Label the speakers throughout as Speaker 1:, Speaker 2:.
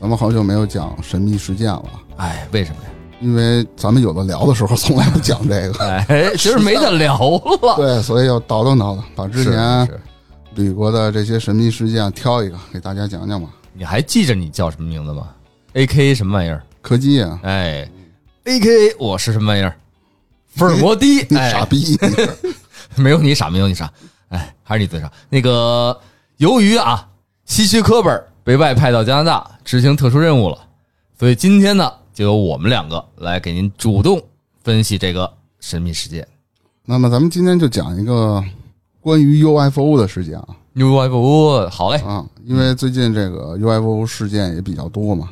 Speaker 1: 咱们好久没有讲神秘事件了，
Speaker 2: 哎，为什么呀？
Speaker 1: 因为咱们有的聊的时候从来不讲这 个，
Speaker 2: 哎，其实没得聊了。
Speaker 1: 对，所以要倒腾倒腾，把之
Speaker 2: 是
Speaker 1: 前
Speaker 2: 是
Speaker 1: 捋过的这些神秘事件挑一个给大家讲讲吧。
Speaker 2: 你还记着你叫什么名字吗？A K 什么玩意儿？
Speaker 1: 柯基啊，
Speaker 2: 哎，A K 我是什么玩意儿？福尔摩的
Speaker 1: 你，
Speaker 2: 哎
Speaker 1: 傻， 逼！你是
Speaker 2: 没有你傻，没有你傻，哎，还是你最傻。那个，由于啊，希区柯本被外派到加拿大执行特殊任务了，所以今天呢，就由我们两个来给您主动分析这个神秘事件
Speaker 1: 那么咱们今天就讲一个关于 UFO 的事件啊
Speaker 2: UFO。好嘞，
Speaker 1: 啊，因为最近这个 UFO 事件也比较多嘛。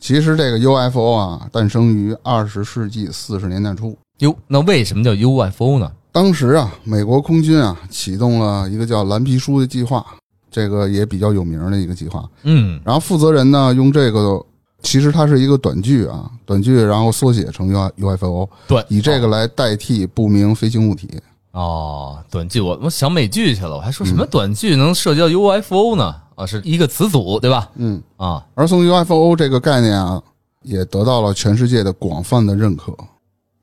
Speaker 1: 其实这个 UFO 啊，诞生于二十世纪四十年代初，
Speaker 2: 哟，那为什么叫 UFO 呢？
Speaker 1: 当时啊，美国空军啊启动了一个叫“蓝皮书”的计划，这个也比较有名的一个计划。
Speaker 2: 嗯，
Speaker 1: 然后负责人呢，用这个其实它是一个短句啊，短句，然后缩写成 U UFO，
Speaker 2: 对，
Speaker 1: 以这个来代替不明飞行物体。
Speaker 2: 哦，短剧，我我想美剧去了，我还说什
Speaker 1: 嗯
Speaker 2: 么短剧能涉及到 UFO 呢？啊，是一个词组对吧？
Speaker 1: 嗯，
Speaker 2: 啊，
Speaker 1: 而从 UFO 这个概念啊，也得到了全世界的广泛的认可。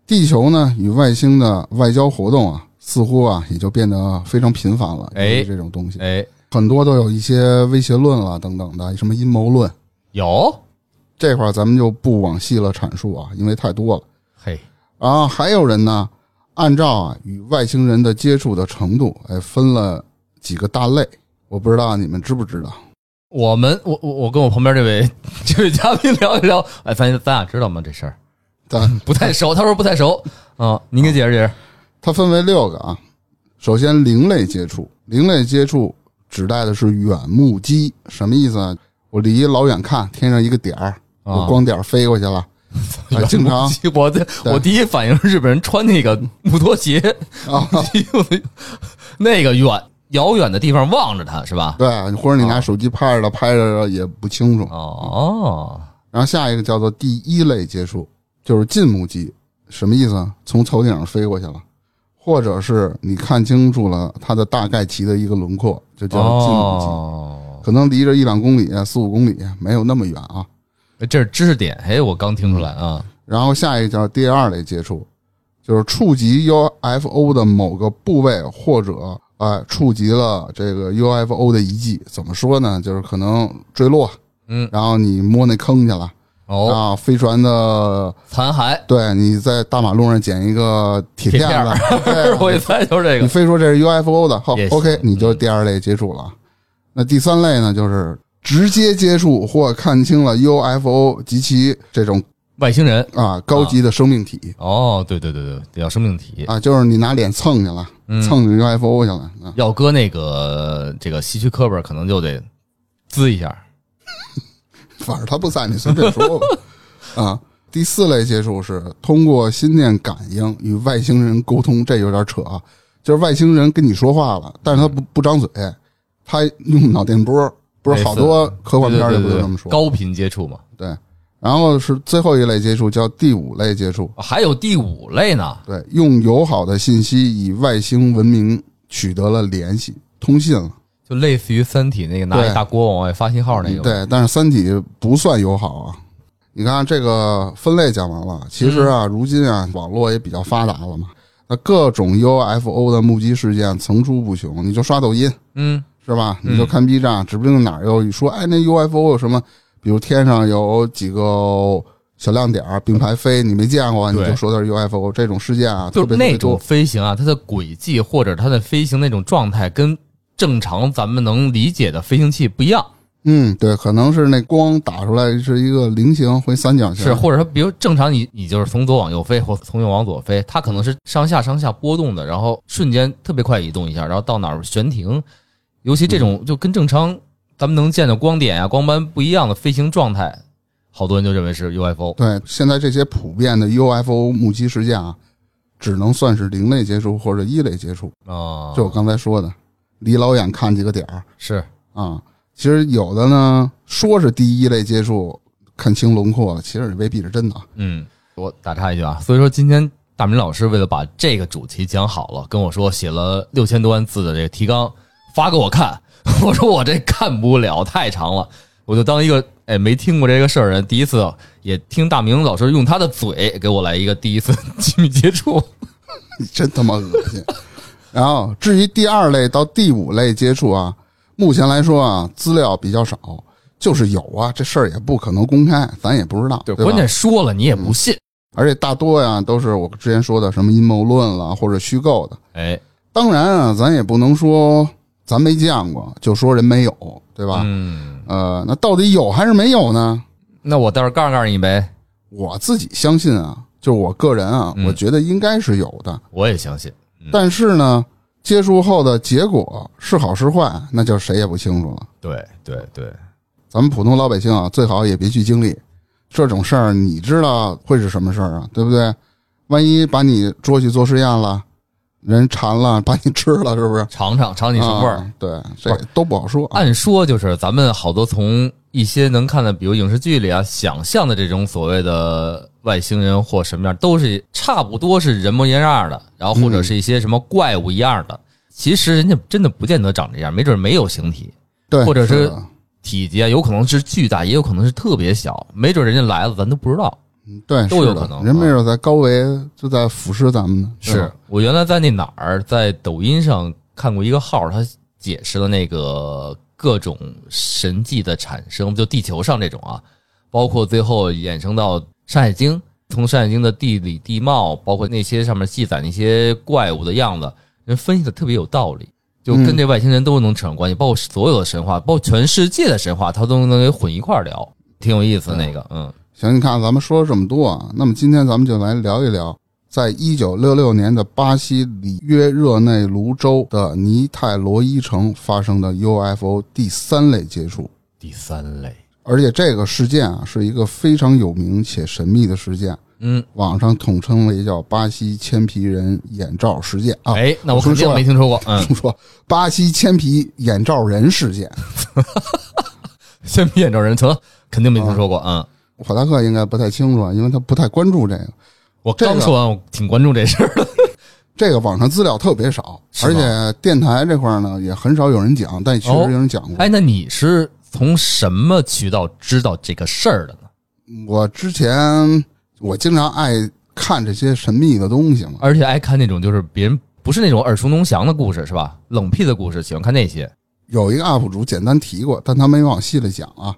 Speaker 1: 地球呢与外星的外交活动啊，似乎啊也就变得非常频繁了。
Speaker 2: 哎
Speaker 1: 由于这种东西，
Speaker 2: 哎，
Speaker 1: 很多都有一些威胁论啦等等的，什么阴谋论。
Speaker 2: 有，
Speaker 1: 这块儿咱们就不往细了阐述啊，因为太多了。
Speaker 2: 嘿，
Speaker 1: 然后还有人呢，按照啊与外星人的接触的程度，哎，分了几个大类。我不知道你们知不知道？
Speaker 2: 我们我我我跟我旁边这位 这位嘉宾聊一聊，哎，咱咱俩知道吗？这事儿
Speaker 1: 咱
Speaker 2: 不太熟，他说不太熟，啊，您给解释解释。
Speaker 1: 它分为六个啊。首先，零类接触，零类接触指代的是远目击，什么意思啊？我离老远看天上一个点儿，我
Speaker 2: 啊
Speaker 1: 光点儿飞过去了，哎经常
Speaker 2: 我这我第一反应是日本人穿那
Speaker 1: 嗯
Speaker 2: 个木拖鞋，
Speaker 1: 啊，
Speaker 2: 那个远遥远的地方望着他是吧？
Speaker 1: 对，或者你拿手机拍着拍着也不清楚。
Speaker 2: 哦，
Speaker 1: 然后下一个叫做第一类接触，就是近目击，什么意思啊？从头顶上飞过去了，或者是你看清楚了它的大概其的一个轮廓，就叫近目击。
Speaker 2: 哦，
Speaker 1: 可能离着一两公里、四五公里，没有那么远啊。
Speaker 2: 这是知识点，哎，我刚听出来啊。
Speaker 1: 然后下一个叫第二类接触，就是触及 UFO 的某个部位，或者哎触及了这个 UFO 的遗迹。怎么说呢？就是可能坠落，
Speaker 2: 嗯，
Speaker 1: 然后你摸那坑去了，
Speaker 2: 哦，
Speaker 1: 啊，飞船的
Speaker 2: 残骸，
Speaker 1: 对，你在大马路上捡一个铁片
Speaker 2: 铁片
Speaker 1: 子，
Speaker 2: 我
Speaker 1: 对
Speaker 2: 一猜就是这
Speaker 1: 你
Speaker 2: 个。
Speaker 1: 非说这是 UFO 的，好
Speaker 2: 也行
Speaker 1: ，OK，你就第二类接触了。那第三类呢，就是直接接触或看清了 UFO 及其这种
Speaker 2: 外星人，
Speaker 1: 啊高级的生命体
Speaker 2: 哦，对对对对，要生命体，
Speaker 1: 啊，就是你拿脸蹭去了，
Speaker 2: 嗯
Speaker 1: 蹭着 UFO 去了啊。
Speaker 2: 要搁那个这个西区科本，可能就得滋一下。
Speaker 1: 反正他不在，你随便说吧。啊，第四类接触是通过心电感应与外星人沟通，这有点扯啊。就是外星人跟你说话了，但是他不不张嘴，他用脑电波，不是好多科幻
Speaker 2: 对
Speaker 1: 片
Speaker 2: 对
Speaker 1: 里
Speaker 2: 对
Speaker 1: 不
Speaker 2: 对
Speaker 1: 就
Speaker 2: 对，
Speaker 1: 这么说？
Speaker 2: 高频接触嘛，
Speaker 1: 对。然后是最后一类接触，叫第五类接触，
Speaker 2: 还有第五类呢。
Speaker 1: 对，用友好的信息与外星文明取得了联系，通信了。
Speaker 2: 就类似于《三体》那个拿
Speaker 1: 对
Speaker 2: 一大锅往外发信号那个，，
Speaker 1: 对，但是《三体》不算友好啊。你看这个分类讲完了，其实
Speaker 2: 嗯
Speaker 1: 啊，如今啊，网络也比较发达了嘛，那各种 UFO 的目击事件层出不穷。你就刷抖音
Speaker 2: 嗯，
Speaker 1: 是吧？你就看 B 站，指不定哪儿又说，哎，那 UFO 有什么？比如天上有几个小亮点儿并排飞，你没见过，你
Speaker 2: 对
Speaker 1: 就说它是 UFO。这种事件啊，特
Speaker 2: 就
Speaker 1: 别特
Speaker 2: 是
Speaker 1: 别
Speaker 2: 那
Speaker 1: 多
Speaker 2: 种。飞行啊，它的轨迹或者它的飞行那种状态，跟正常咱们能理解的飞行器不一样，
Speaker 1: 嗯，对，可能是那光打出来是一个菱形回三角形，啊
Speaker 2: 是，或者说，比如正常你你就是从左往右飞，或从右往左飞，它可能是上下上下波动的，然后瞬间特别快移动一下，然后到哪儿悬停。尤其这种就跟正常咱们能见到光点啊、光斑不一样的飞行状态，好多人就认为是 UFO。
Speaker 1: 对，现在这些普遍的 UFO 目击事件啊，只能算是零类接触或者一类接触。
Speaker 2: 啊，
Speaker 1: 就我刚才说的，离老远看几个点儿
Speaker 2: 是
Speaker 1: 啊。其实有的呢，说是第一类接触，看清轮廓了，其实也未必是真的啊。
Speaker 2: 嗯，我打岔一句啊，所以说今天大明老师为了把这个主题讲好了，跟我说写了六千多万字的这个提纲发给我看， 我说我这看不了，太长了，我就当一个哎没听过这个事儿的人，第一次也听大明老师用他的嘴给我来一个第一次 亲密接触，
Speaker 1: 你真他妈恶心。然后，至于第二类到第五类接触啊，目前来说啊，资料比较少，就是有啊，这事儿也不可能公开，咱也不知道，对吧？
Speaker 2: 关键说了你也不信，
Speaker 1: 而且大多呀都是我之前说的什么阴谋论了或者虚构的。
Speaker 2: 哎，
Speaker 1: 当然啊，咱也不能说咱没见过就说人没有，对吧？
Speaker 2: 嗯，
Speaker 1: 呃，那到底有还是没有呢？
Speaker 2: 那我待会儿告诉告诉你呗，
Speaker 1: 我自己相信啊，就是我个人啊，
Speaker 2: 嗯
Speaker 1: 我觉得应该是有的。
Speaker 2: 我也相信，
Speaker 1: 但是呢，接触后的结果是好是坏，那就谁也不清楚了。
Speaker 2: 对对对，
Speaker 1: 咱们普通老百姓啊，最好也别去经历这种事儿。你知道会是什么事儿啊？对不对？万一把你捉去做实验了，人馋了把你吃了，是不是？
Speaker 2: 尝尝尝你什么味儿。
Speaker 1: 啊对，这都不好说。
Speaker 2: 按说就是咱们好多从一些能看的，比如影视剧里啊，想象的这种所谓的外星人或什么样，都是差不多是人模人样的，然后或者是一些什么怪物一样的。其实人家真的不见得长这样，没准没有形体，
Speaker 1: 对，
Speaker 2: 或者是
Speaker 1: 的
Speaker 2: 体积啊，有可能是巨大，也有可能是特别小，没准人家来了咱都不知道。
Speaker 1: 嗯对，
Speaker 2: 都有
Speaker 1: 是的
Speaker 2: 可能啊
Speaker 1: 人没准在高维就在腐蚀咱们呢。对吧
Speaker 2: 是我原来在那哪儿，在抖音上看过一个号，他解释了那个各种神迹的产生，就地球上这种啊，包括最后衍生到《山海经》，从《山海经》的地理地貌，包括那些上面记载那些怪物的样子，人分析的特别有道理。就跟这外星人都能扯上关系，包括所有的神话，包括全世界的神话，他都能给混一块儿聊，挺有意思的那个，嗯，
Speaker 1: 行，你看咱们说了这么多啊，那么今天咱们就来聊一聊，在一九六六年的巴西里约热内卢州的尼泰罗伊城发生的 UFO 第三类接触，
Speaker 2: 第三类，
Speaker 1: 而且这个事件啊是一个非常有名且神秘的事件，
Speaker 2: 嗯，
Speaker 1: 网上统称为叫巴西千皮人眼罩事件啊。
Speaker 2: 哎，那我
Speaker 1: 我说
Speaker 2: 肯定
Speaker 1: 说
Speaker 2: 没听说过，嗯，
Speaker 1: 说巴西千皮眼罩人事件，
Speaker 2: 先闭眼罩人，成肯定没听说过啊、嗯！
Speaker 1: 火大克应该不太清楚啊，因为他不太关注这个。
Speaker 2: 我
Speaker 1: 这个
Speaker 2: 刚说完，我挺关注这事儿的。
Speaker 1: 这个网上资料特别少，
Speaker 2: 是
Speaker 1: 而
Speaker 2: 吗
Speaker 1: 且电台这块呢也很少有人讲，但确实有人讲过。
Speaker 2: 哎，那你是从什么渠道知道这个事儿的呢？
Speaker 1: 我之前我经常爱看这些神秘的东西嘛，
Speaker 2: 而且爱看那种就是别人不是那种耳熟能详的故事是吧？冷僻的故事喜欢看那些
Speaker 1: 有一个 UP 主简单提过，但他没往细了讲啊。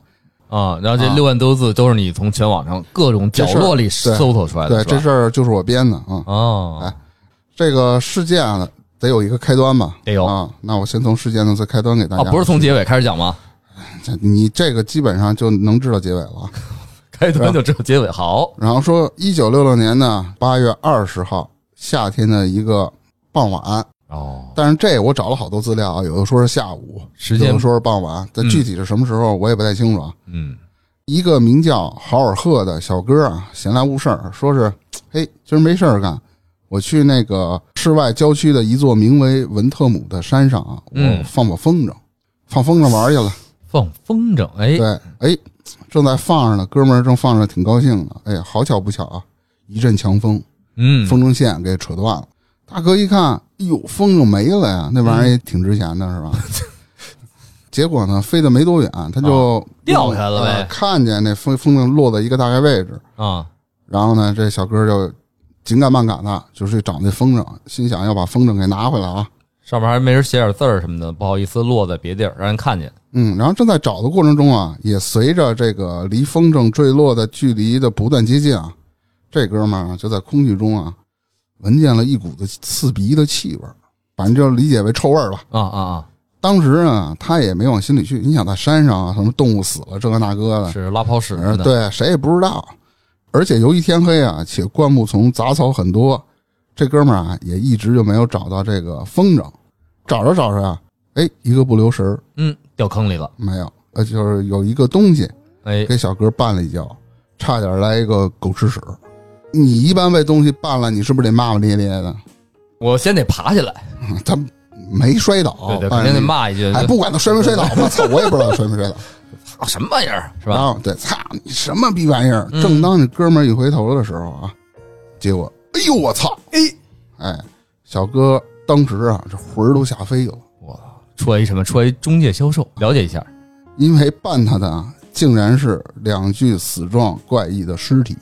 Speaker 2: 啊、然后这
Speaker 1: 啊
Speaker 2: 六万多字都是你从全网上各种角落里
Speaker 1: 这事儿
Speaker 2: 搜索出来的，
Speaker 1: 对，
Speaker 2: 是吧
Speaker 1: 这事儿就是我编的啊。
Speaker 2: 哦，
Speaker 1: 这个事件啊，得有一个开端吧？
Speaker 2: 得有
Speaker 1: 啊。那我先从事件的最开端给大
Speaker 2: 啊，
Speaker 1: 家。
Speaker 2: 不是从结尾开始讲吗？
Speaker 1: 这你这个基本上就能知道结尾了啊。
Speaker 2: 开端就知道结尾，好，
Speaker 1: 然后说，一九六六年呢八月二十号夏天的一个傍晚，
Speaker 2: 哦，
Speaker 1: 但是这我找了好多资料啊，有的说是下午，
Speaker 2: 时
Speaker 1: 有
Speaker 2: 间
Speaker 1: 的，说是傍晚，但
Speaker 2: 嗯
Speaker 1: 具体是什么时候我也不太清楚啊。
Speaker 2: 嗯，
Speaker 1: 一个名叫豪尔赫的小哥啊，闲来无事儿，说是，嘿，今儿没事儿干，我去那个室外郊区的一座名为文特姆的山上啊，
Speaker 2: 嗯
Speaker 1: 我放放风筝，放风筝玩儿去了。
Speaker 2: 放风筝，哎，
Speaker 1: 对，哎，正在放着呢，哥们儿正放着，挺高兴的。哎，好巧不巧啊，一阵强风，
Speaker 2: 嗯，
Speaker 1: 风筝线给扯断了。大哥一看，哎呦，风筝没了呀，那玩意儿也挺值钱的，是吧？ 结果呢，飞得没多远，他就、
Speaker 2: 掉下来了呗
Speaker 1: 呃看见那风风筝落在一个大概位置，
Speaker 2: 啊，
Speaker 1: 然后呢，这小哥就紧赶慢赶的，就去找那风筝，心想要把风筝给拿回来啊。
Speaker 2: 上面还没人写点字儿什么的，不好意思落在别地儿让人看见。
Speaker 1: 嗯，然后正在找的过程中啊，也随着这个离风筝坠落的距离的不断接近啊，这哥们儿啊就在空气中啊，闻见了一股子刺鼻的气味儿，反正就理解为臭味儿吧。
Speaker 2: 啊啊
Speaker 1: 当时啊，他也没往心里去，你想在山上啊，什么动物死了这个那个
Speaker 2: 啊！
Speaker 1: 的，
Speaker 2: 是拉泡屎
Speaker 1: 呃
Speaker 2: 的，，
Speaker 1: 对，谁也不知道。而且由于天黑啊，且灌木丛杂草很多，这哥们儿啊也一直就没有找到这个风筝。找着找着啊，哎，一个不留神儿
Speaker 2: 嗯，掉坑里了。
Speaker 1: 没有，呃，就是有一个东西
Speaker 2: 哎，
Speaker 1: 给小哥绊了一跤，差点来一个狗吃屎。你一般被东西绊了，你是不是得骂骂咧咧的？
Speaker 2: 我先得爬起来，
Speaker 1: 他没摔倒，
Speaker 2: 对对，
Speaker 1: 但
Speaker 2: 肯
Speaker 1: 是
Speaker 2: 定得
Speaker 1: 你。
Speaker 2: 骂一句，
Speaker 1: 哦哎，不管他摔没摔倒 吧，操，我也不知道摔没摔倒。
Speaker 2: 操什么玩意儿，是
Speaker 1: 然
Speaker 2: 吧？
Speaker 1: 后对，操你什么逼玩意儿！
Speaker 2: 嗯
Speaker 1: 正当你哥们儿一回头的时候啊，结果，哎呦我操！
Speaker 2: 哎，
Speaker 1: 哎，小哥当时啊，这魂儿都吓飞了，
Speaker 2: 我出一什么？出一中介销售，了解一下。
Speaker 1: 因为绊他的啊，竟然是两具死状怪异的尸体。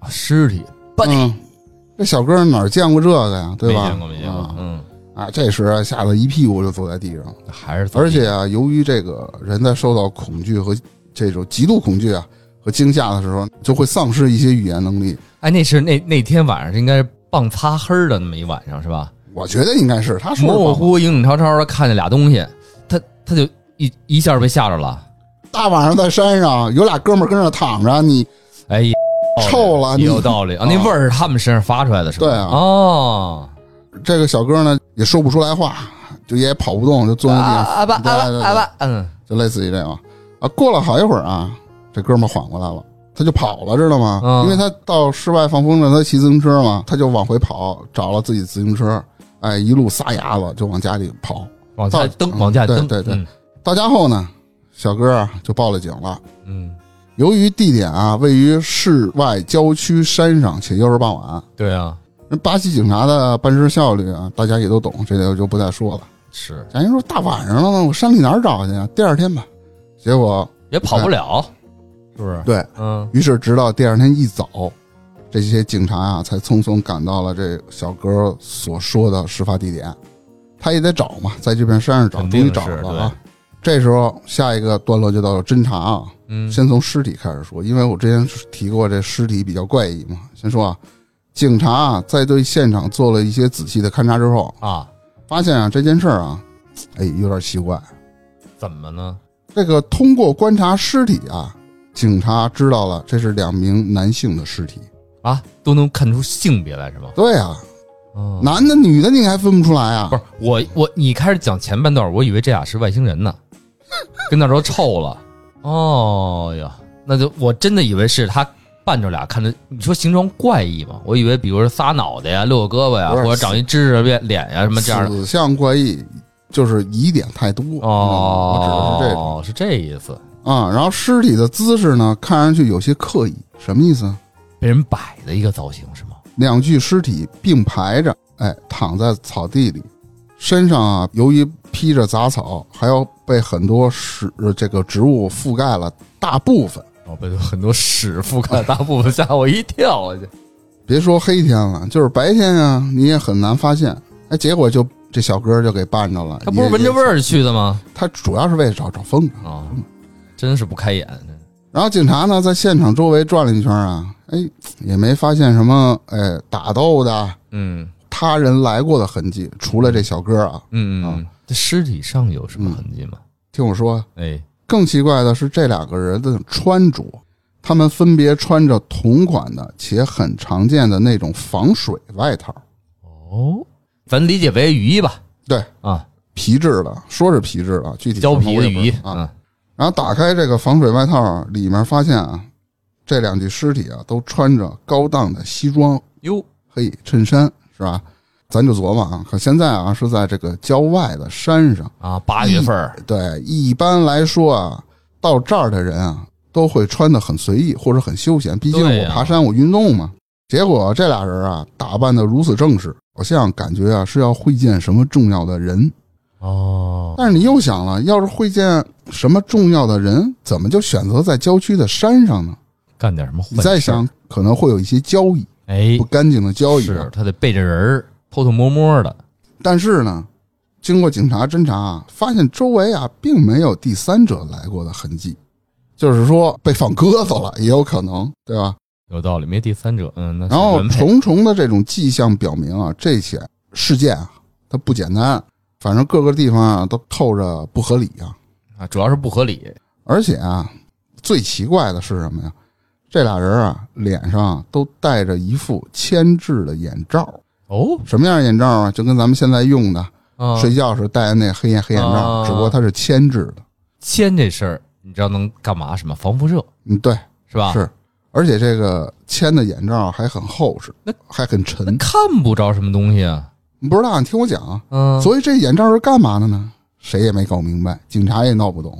Speaker 2: 啊尸体，半
Speaker 1: 嗯，这小哥哪儿见过这个呀？对吧？
Speaker 2: 没见过，没见过
Speaker 1: 啊。
Speaker 2: 嗯，
Speaker 1: 啊，这时啊吓得一屁股就坐在地上，
Speaker 2: 还是
Speaker 1: 而且啊，由于这个人在受到恐惧和这种极度恐惧啊和惊吓的时候，就会丧失一些语言能力。
Speaker 2: 哎，那是那那天晚上应该是棒擦黑儿的那么一晚上是吧？
Speaker 1: 我觉得应该是他说
Speaker 2: 模模
Speaker 1: 的
Speaker 2: 糊
Speaker 1: 吧，
Speaker 2: 糊、影影绰绰的看见俩东西，他他就一一下被吓着了。
Speaker 1: 大晚上在山上有俩哥们儿跟那儿躺着，你
Speaker 2: 哎，也
Speaker 1: 臭了
Speaker 2: 也
Speaker 1: 你
Speaker 2: 有道理啊！那
Speaker 1: 啊
Speaker 2: 味儿是他们身上发出来的，是吧？
Speaker 1: 对啊
Speaker 2: 哦，
Speaker 1: 这个小哥呢也说不出来话，就也跑不动，就坐在地上，
Speaker 2: 啊吧啊
Speaker 1: 对对
Speaker 2: 吧
Speaker 1: 对
Speaker 2: 啊吧，嗯，
Speaker 1: 就类似于这样啊。过了好一会儿啊，这哥们儿缓过来了，他就跑了，知道吗？
Speaker 2: 嗯
Speaker 1: 因为他到室外放风筝，他骑自行车嘛，他就往回跑，找了自己自行车，哎，一路撒丫子就往家里跑。
Speaker 2: 往下
Speaker 1: 到
Speaker 2: 蹬，
Speaker 1: 嗯
Speaker 2: 往下
Speaker 1: 对
Speaker 2: 蹬，
Speaker 1: 对对
Speaker 2: 嗯
Speaker 1: 到家后呢，小哥啊就报了警了。
Speaker 2: 嗯，
Speaker 1: 由于地点啊位于市外郊区山上，且又是傍晚，
Speaker 2: 对啊，
Speaker 1: 那巴西警察的办事效率啊，大家也都懂，这个就不再说了。
Speaker 2: 是
Speaker 1: 咱就说大晚上了，我上里哪儿找去啊？第二天吧。结果
Speaker 2: 也跑不了，是不是？
Speaker 1: 对，
Speaker 2: 嗯，
Speaker 1: 于是直到第二天一早，这些警察啊才匆匆赶到了这小哥所说的事发地点。他也得找嘛，在这片山上找，
Speaker 2: 肯
Speaker 1: 终
Speaker 2: 定
Speaker 1: 于
Speaker 2: 是
Speaker 1: 找着了啊。这时候下一个段落就到了侦查啊，
Speaker 2: 嗯，
Speaker 1: 先从尸体开始说，因为我之前提过这尸体比较怪异嘛。先说啊，警察啊在对现场做了一些仔细的勘查之后，
Speaker 2: 啊，
Speaker 1: 发现啊这件事儿啊，哎有点奇怪。
Speaker 2: 怎么呢？
Speaker 1: 这个通过观察尸体啊，警察知道了这是两名男性的尸体。
Speaker 2: 啊，都能看出性别来是吗？
Speaker 1: 对啊，
Speaker 2: 嗯，
Speaker 1: 男的女的你还分不出来啊
Speaker 2: 不？是我我你开始讲前半段，我以为这俩是外星人呢，跟那时候臭了。哦呀，那就我真的以为是他伴着俩，看着你说形状怪异嘛，我以为比如说仨脑袋呀、六个胳膊呀，
Speaker 1: 不是
Speaker 2: 或者长一指甲变脸呀什么这样的。
Speaker 1: 死相怪异，就是疑点太多。嗯我指的是这种
Speaker 2: 哦，是这意思，
Speaker 1: 啊、然后尸体的姿势呢，看上去有些刻意，什么意思？
Speaker 2: 被人摆的一个造型是吗？
Speaker 1: 两具尸体并排着，哎，躺在草地里，身上啊，由于披着杂草，还有被很多石呃这个植物覆盖了大部分。
Speaker 2: 哦，被很多屎覆盖大部分，吓我一跳！啊我去，
Speaker 1: 别说黑天了，就是白天啊，你也很难发现。哎，结果就这小哥就给绊着了。
Speaker 2: 他不是闻着味
Speaker 1: 儿，
Speaker 2: 儿去的吗？
Speaker 1: 他主要是为了找找风筝。
Speaker 2: 啊、真是不开眼，
Speaker 1: 然后警察呢，在现场周围转了一圈啊，哎，也没发现什么哎打斗的
Speaker 2: 嗯
Speaker 1: 他人来过的痕迹，除了这小哥啊。
Speaker 2: 嗯嗯
Speaker 1: 啊，
Speaker 2: 这尸体上有什
Speaker 1: 嗯
Speaker 2: 么痕迹吗？
Speaker 1: 听我说，
Speaker 2: 哎，
Speaker 1: 更奇怪的是这两个人的穿着，他们分别穿着同款的且很常见的那种防水外套，
Speaker 2: 哦，咱理解为雨衣吧。
Speaker 1: 对
Speaker 2: 啊，
Speaker 1: 皮质的，说是皮质的，具体
Speaker 2: 胶
Speaker 1: 什么
Speaker 2: 皮
Speaker 1: 我
Speaker 2: 的
Speaker 1: 也不
Speaker 2: 雨衣
Speaker 1: 知道啊。，然后打开这个防水外套，里面发现啊，这两具尸体啊都穿着高档的西装
Speaker 2: 哟，
Speaker 1: 嘿，衬衫是吧？咱就琢磨啊，可现在啊是在这个郊外的山上，
Speaker 2: 啊，八月份儿
Speaker 1: 对，一般来说啊，到这儿的人啊都会穿的很随意或者很休闲，毕竟
Speaker 2: 对
Speaker 1: 我
Speaker 2: 呀
Speaker 1: 爬山我运动嘛。结果这俩人啊打扮的如此正式，好像感觉啊是要会见什么重要的人。
Speaker 2: 哦，
Speaker 1: 但是你又想了，要是会见什么重要的人，怎么就选择在郊区的山上呢？
Speaker 2: 干点什么？
Speaker 1: 你再，想，可能会有一些交易，
Speaker 2: 哎
Speaker 1: 不，干净的交易啊、
Speaker 2: 是他得背着人儿，偷偷摸摸的。
Speaker 1: 但是呢，经过警察侦查啊，发现周围啊并没有第三者来过的痕迹，就是说被放鸽子了也有可能，对吧？
Speaker 2: 有道理，没第三者，嗯，那是
Speaker 1: 然后
Speaker 2: 原配
Speaker 1: 重重的这种迹象表明啊，这起事件啊它不简单，反正各个地方啊都透着不合理啊，
Speaker 2: 啊，主要是不合理，
Speaker 1: 而且啊，最奇怪的是什么呀？这俩人啊，脸上啊都戴着一副铅制的眼罩，
Speaker 2: 哦，
Speaker 1: 什么样的眼罩啊？就跟咱们现在用的
Speaker 2: 啊，
Speaker 1: 睡觉时戴的那黑眼黑眼罩，
Speaker 2: 啊
Speaker 1: 只不过它是铅制的。
Speaker 2: 铅这事儿，你知道能干嘛什么？防辐射
Speaker 1: 嗯，对，
Speaker 2: 是吧？
Speaker 1: 是，而且这个铅的眼罩还很厚实，
Speaker 2: 那
Speaker 1: 还很沉。
Speaker 2: 看不着什么东西啊。
Speaker 1: 你不知道，你听我讲啊。
Speaker 2: 嗯，
Speaker 1: 所以这眼罩是干嘛的呢？谁也没搞明白，警察也闹不懂。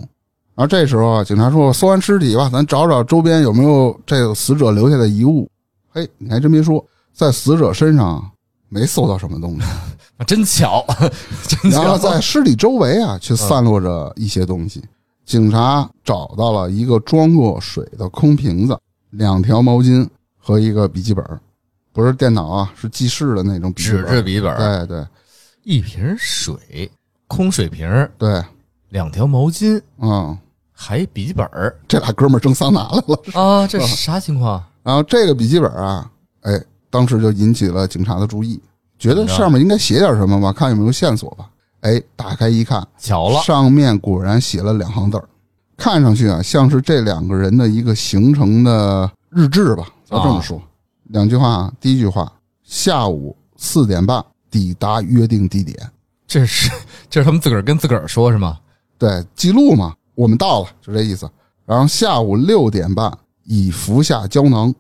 Speaker 1: 然后这时候啊，警察说：“搜完尸体吧，咱找找周边有没有这个死者留下的遗物。”嘿，你还真别说，在死者身上没搜到什么东西。
Speaker 2: 啊真巧， 真
Speaker 1: 然后
Speaker 2: 巧。
Speaker 1: 在尸体周围啊，
Speaker 2: 嗯
Speaker 1: 却散落着一些东西。警察找到了一个装过水的空瓶子、两条毛巾和一个笔记本，不是电脑啊，是记事的那种笔记
Speaker 2: 纸
Speaker 1: 本。
Speaker 2: 质笔记本，
Speaker 1: 对对
Speaker 2: 一瓶水，空水瓶，
Speaker 1: 对，
Speaker 2: 两条毛巾，
Speaker 1: 嗯，
Speaker 2: 还笔记本儿
Speaker 1: 这俩哥们儿蒸桑拿来了。
Speaker 2: 啊，这是啥情况？啊
Speaker 1: 然后这个笔记本啊，哎，当时就引起了警察的注意，觉
Speaker 2: 嗯
Speaker 1: 得上面应该写点什么吧，看有没有线索吧。哎，打开一看，
Speaker 2: 巧了，
Speaker 1: 上面果然写了两行字儿，看上去啊像是这两个人的一个行程的日志吧，咱这么说。两句话啊，第一句话，下午四点半抵达约定地点。
Speaker 2: 这是这是他们自个儿跟自个儿说是吗？
Speaker 1: 对，记录嘛，我们到了，就这意思。然后下午六点半已服下胶囊，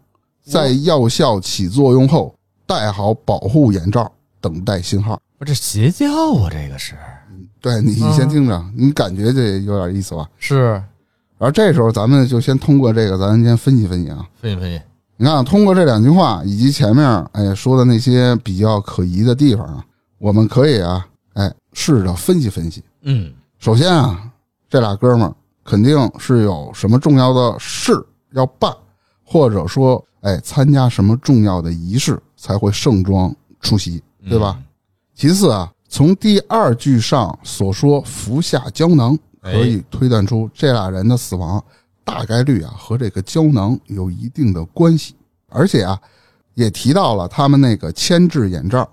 Speaker 1: 在药效起作用后，戴好保护眼罩，等待信号。
Speaker 2: 不是，这邪教啊，这个是
Speaker 1: 对你你先听着，你感觉这有点意思吧？
Speaker 2: 是
Speaker 1: 然后这时候咱们就先通过这个，咱先分析分析啊。
Speaker 2: 分析分析，
Speaker 1: 你看啊，通过这两句话以及前面哎说的那些比较可疑的地方啊，我们可以啊，哎试着分析分析。
Speaker 2: 嗯，
Speaker 1: 首先啊，这俩哥们儿肯定是有什么重要的事要办，或者说，哎，参加什么重要的仪式才会盛装出席，对吧？
Speaker 2: 嗯？
Speaker 1: 其次啊，从第二句上所说服下胶囊，
Speaker 2: 哎
Speaker 1: 可以推断出这俩人的死亡大概率啊和这个胶囊有一定的关系，而且啊，也提到了他们那个铅制眼罩，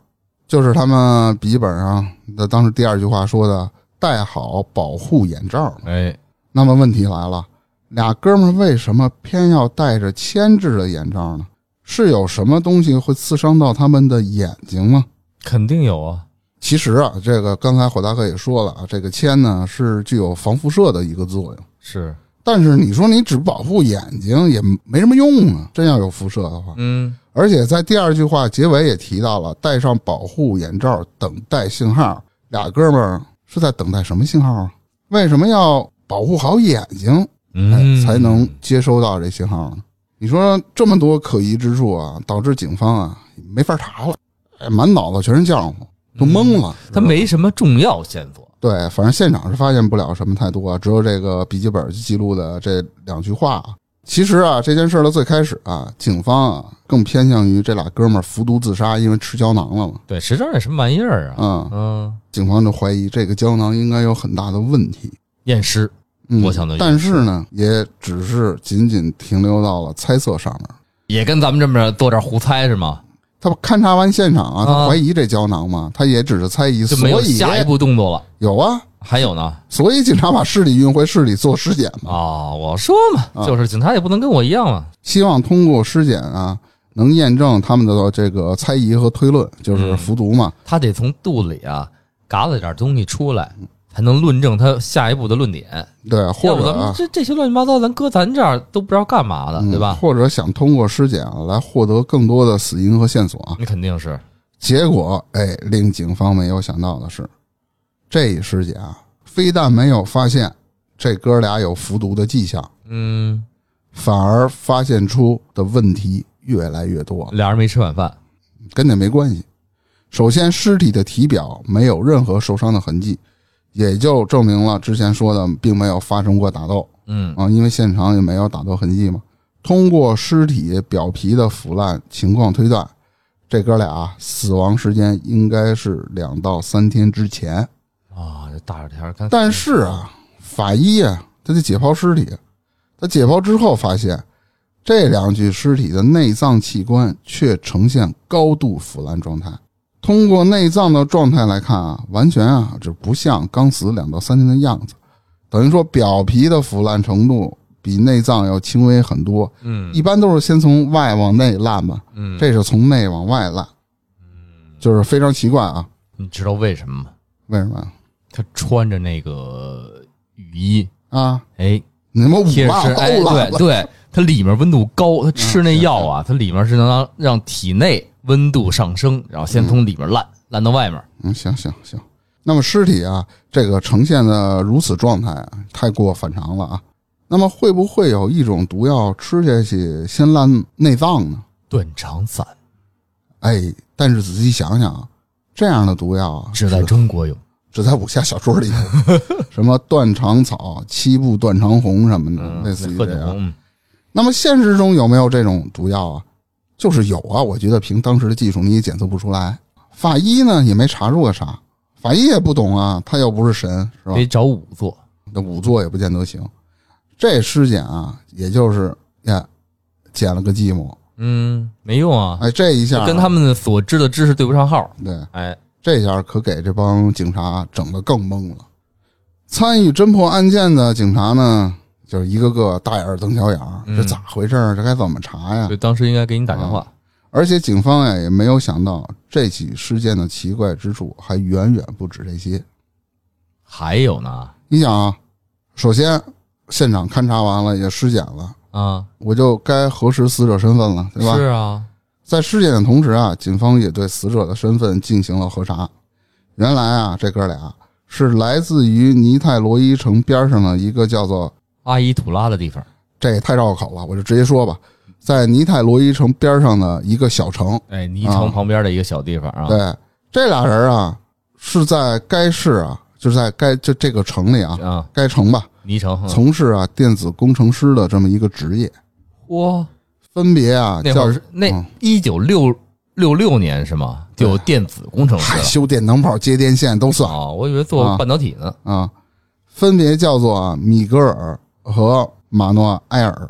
Speaker 1: 就是他们笔记本上的当时第二句话说的戴好保护眼罩。
Speaker 2: 哎，
Speaker 1: 那么问题来了，俩哥们儿为什么偏要戴着铅制的眼罩呢？是有什么东西会刺伤到他们的眼睛吗？
Speaker 2: 肯定有啊，
Speaker 1: 其实啊，这个刚才火大哥也说了啊，这个铅呢是具有防辐射的一个作用，
Speaker 2: 是，
Speaker 1: 但是你说你只保护眼睛也没什么用啊，真要有辐射的话。
Speaker 2: 嗯，
Speaker 1: 而且在第二句话结尾也提到了，戴上保护眼罩等待信号。俩哥们儿是在等待什么信号啊？为什么要保护好眼睛，哎，
Speaker 2: 嗯，
Speaker 1: 才能接收到这信号呢？你说这么多可疑之处啊，导致警方啊没法查了，哎，满脑子全是浆糊，都懵了。
Speaker 2: 嗯他没什么重要线索，
Speaker 1: 对，反正现场是发现不了什么太多，只有这个笔记本记录的这两句话。其实啊，这件事儿的最开始啊，警方啊更偏向于这俩哥们儿服毒自杀，因为吃胶囊了嘛。
Speaker 2: 对，谁知道那什么玩意儿啊？
Speaker 1: 嗯，
Speaker 2: 嗯，
Speaker 1: 警方就怀疑这个胶囊应该有很大的问题。
Speaker 2: 验尸，
Speaker 1: 嗯，
Speaker 2: 我想的也
Speaker 1: 但是呢，也只是仅仅停留到了猜测上面。
Speaker 2: 也跟咱们这么坐这儿胡猜是吗？
Speaker 1: 他勘察完现场啊，
Speaker 2: 啊
Speaker 1: 他怀疑这胶囊嘛，他也只是猜疑，
Speaker 2: 就没有
Speaker 1: 所以
Speaker 2: 下一步动作了。
Speaker 1: 有啊，
Speaker 2: 还有呢？
Speaker 1: 所以警察把尸体运回市里做尸检嘛。
Speaker 2: 啊，我说
Speaker 1: 嗯
Speaker 2: 嘛，就是警察也不能跟我一样嘛。
Speaker 1: 希望通过尸检啊，能验证他们的这个猜疑和推论，就是
Speaker 2: 嗯
Speaker 1: 服毒嘛。
Speaker 2: 他得从肚子里啊嘎了点东西出来，才能论证他下一步的论点。
Speaker 1: 对，
Speaker 2: 要
Speaker 1: 或
Speaker 2: 不
Speaker 1: 者
Speaker 2: 咱们
Speaker 1: 啊
Speaker 2: 这这些乱七八糟，咱搁咱这儿都不知道干嘛的，
Speaker 1: 嗯
Speaker 2: 对吧？
Speaker 1: 或者想通过尸检啊来获得更多的死因和线索啊。
Speaker 2: 那肯定是
Speaker 1: 结果，哎，令警方没有想到的是，这一尸检啊，非但没有发现这哥俩有服毒的迹象，
Speaker 2: 嗯，
Speaker 1: 反而发现出的问题越来越多。
Speaker 2: 俩人没吃晚饭，
Speaker 1: 跟那没关系。首先，尸体的体表没有任何受伤的痕迹，也就证明了之前说的并没有发生过打斗
Speaker 2: 嗯，
Speaker 1: 啊，因为现场也没有打斗痕迹嘛。通过尸体表皮的腐烂情况推断，这哥俩啊死亡时间应该是两到三天之前。
Speaker 2: 啊，这大热天儿看，
Speaker 1: 但是啊，法医啊，他得解剖尸体，他解剖之后发现，这两具尸体的内脏器官却呈现高度腐烂状态。通过内脏的状态来看啊，完全啊，这不像刚死两到三天的样子，等于说表皮的腐烂程度比内脏要轻微很多。
Speaker 2: 嗯
Speaker 1: 一般都是先从外往内烂吧，
Speaker 2: 嗯，
Speaker 1: 这是从内往外烂，就是非常奇怪啊。
Speaker 2: 你知道为什么吗？
Speaker 1: 为什么呀？
Speaker 2: 他穿着那个雨衣，
Speaker 1: 啊，
Speaker 2: 哎，
Speaker 1: 你他妈五
Speaker 2: 贴着吃，
Speaker 1: 万
Speaker 2: 哎，
Speaker 1: 够嗯了
Speaker 2: 对，对，它里面温度高，它吃那药啊，它里面是能让让体内温度上升，然后先从里面烂烂到外面。
Speaker 1: 嗯，行行行。那么尸体啊，这个呈现的如此状态啊，太过反常了啊。那么会不会有一种毒药吃下去先烂内脏呢？
Speaker 2: 断肠散
Speaker 1: 哎，但是仔细想想啊，这样的毒药啊，
Speaker 2: 只在中国有，
Speaker 1: 只在武侠小说里有， 什么断肠草、七步断肠红什么的，
Speaker 2: 嗯，
Speaker 1: 类似于
Speaker 2: 贺
Speaker 1: 这
Speaker 2: 锦
Speaker 1: 样。
Speaker 2: 红，嗯
Speaker 1: 那么现实中有没有这种毒药啊？就是有啊，我觉得凭当时的技术你也检测不出来。法医呢也没查出个啥，法医也不懂啊，他又不是神，是吧？
Speaker 2: 得找仵作。
Speaker 1: 那仵作也不见得行。这尸检啊，也就是呀，捡了个寂寞。
Speaker 2: 嗯，没用啊，
Speaker 1: 哎，这一下啊
Speaker 2: 跟他们的所知的知识对不上号。
Speaker 1: 对
Speaker 2: 哎，
Speaker 1: 这下可给这帮警察整得更懵了。参与侦破案件的警察呢，就是一个个大眼儿瞪小眼儿，
Speaker 2: 嗯
Speaker 1: 这咋回事儿？这该怎么查呀
Speaker 2: 对，？当时应该给你打电
Speaker 1: 啊
Speaker 2: 话。
Speaker 1: 而且警方呀也没有想到这起事件的奇怪之处还远远不止这些。
Speaker 2: 还有呢，
Speaker 1: 你想啊，首先现场勘查完了，也尸检了，
Speaker 2: 啊，
Speaker 1: 我就该核实死者身份了，对吧？
Speaker 2: 是啊，
Speaker 1: 在尸检的同时啊，警方也对死者的身份进行了核查。原来啊，这哥俩是来自于尼泰罗伊城边上的一个叫做
Speaker 2: 阿依土拉的地方，
Speaker 1: “这也太绕口了”，我就直接说吧，在尼泰罗伊城边上的一个小城。
Speaker 2: 哎，泥城旁边的一个小地方啊。
Speaker 1: 啊对，这俩人啊是在该市啊，就是在该这这个城里啊，
Speaker 2: 啊，
Speaker 1: 该城吧，
Speaker 2: 泥城。嗯
Speaker 1: 从事啊电子工程师的这么一个职业，
Speaker 2: 嗯哇，
Speaker 1: 分别啊
Speaker 2: 那会
Speaker 1: 叫
Speaker 2: 儿是那
Speaker 1: 嗯
Speaker 2: 一九六六六年是吗？
Speaker 1: 对
Speaker 2: 就有电子工程师
Speaker 1: 嗨
Speaker 2: 了
Speaker 1: 哎修电灯泡、接电线都算。
Speaker 2: 啊，我以为做
Speaker 1: 啊
Speaker 2: 半导体呢。
Speaker 1: 啊， 分别叫做啊米格尔和马诺埃尔。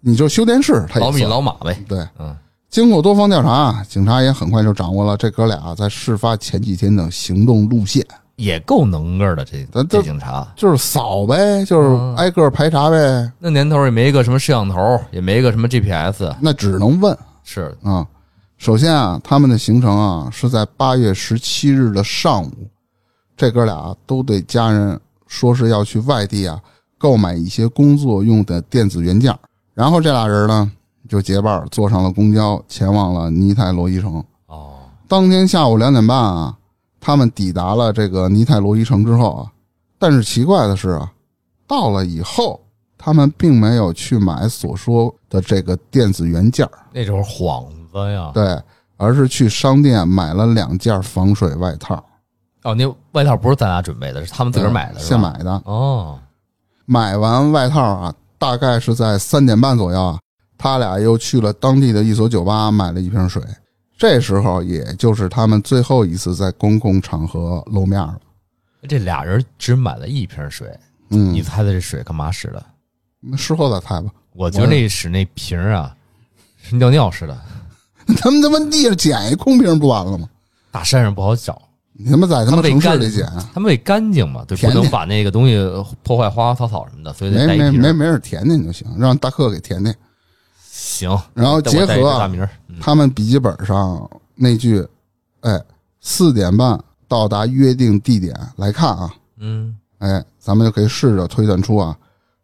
Speaker 1: 你就修电视，他也
Speaker 2: 老米
Speaker 1: 算
Speaker 2: 老马呗。
Speaker 1: 对。
Speaker 2: 嗯，
Speaker 1: 经过多方调查，啊警察也很快就掌握了这哥俩在事发前几天的行动路线，
Speaker 2: 也够能个儿的这
Speaker 1: 咱
Speaker 2: 这
Speaker 1: 这
Speaker 2: 警察。
Speaker 1: 就是扫呗，就是
Speaker 2: 嗯
Speaker 1: 挨个排查呗，
Speaker 2: 那年头也没一个什么摄像头，也没一个什么 GPS，
Speaker 1: 那只能问
Speaker 2: 是
Speaker 1: 啊。首先啊，他们的行程啊是在八月十七日的上午，这哥俩都对家人说是要去外地啊购买一些工作用的电子元件儿，然后这俩人呢就结伴儿坐上了公交，前往了尼泰罗伊城。
Speaker 2: 哦，
Speaker 1: 当天下午两点半啊，他们抵达了这个尼泰罗伊城之后啊，但是奇怪的是啊，到了以后他们并没有去买所说的这个电子元件儿。
Speaker 2: 那时候幌子呀。
Speaker 1: 对，而是去商店买了两件防水外套，
Speaker 2: 哦，那外套不是咱俩准备的，是他们自个儿买
Speaker 1: 嗯
Speaker 2: 的，是吧
Speaker 1: 现。买的。
Speaker 2: 哦，
Speaker 1: 买完外套啊，大概是在三点半左右啊，他俩又去了当地的一所酒吧买了一瓶水。这时候，也就是他们最后一次在公共场合露面了。
Speaker 2: 这俩人只买了一瓶水，你
Speaker 1: 嗯，
Speaker 2: 猜猜这水干嘛使的？
Speaker 1: 那事后再猜吧。
Speaker 2: 我觉得那使那瓶儿啊，是尿尿似的，
Speaker 1: 他们他妈地上捡一空瓶不完了吗？
Speaker 2: 大山上不好找。
Speaker 1: 你他妈在他妈
Speaker 2: 们得
Speaker 1: 城市
Speaker 2: 干啊
Speaker 1: 里捡，啊
Speaker 2: 他们得干净嘛，对，
Speaker 1: 甜
Speaker 2: 不
Speaker 1: 甜
Speaker 2: 能把那个东西破坏花花草草什么的，所以
Speaker 1: 没
Speaker 2: 得带一
Speaker 1: 没
Speaker 2: 瓶
Speaker 1: 没
Speaker 2: 儿。
Speaker 1: 没事舔舔就行，让大克给舔舔。
Speaker 2: 行，
Speaker 1: 然后
Speaker 2: 那我
Speaker 1: 结
Speaker 2: 带一
Speaker 1: 合
Speaker 2: 个
Speaker 1: 啊
Speaker 2: 大名儿，嗯
Speaker 1: 他们笔记本上那句“哎，四点半到达约定地点”来看啊，
Speaker 2: 嗯，
Speaker 1: 哎，咱们就可以试着推断出啊，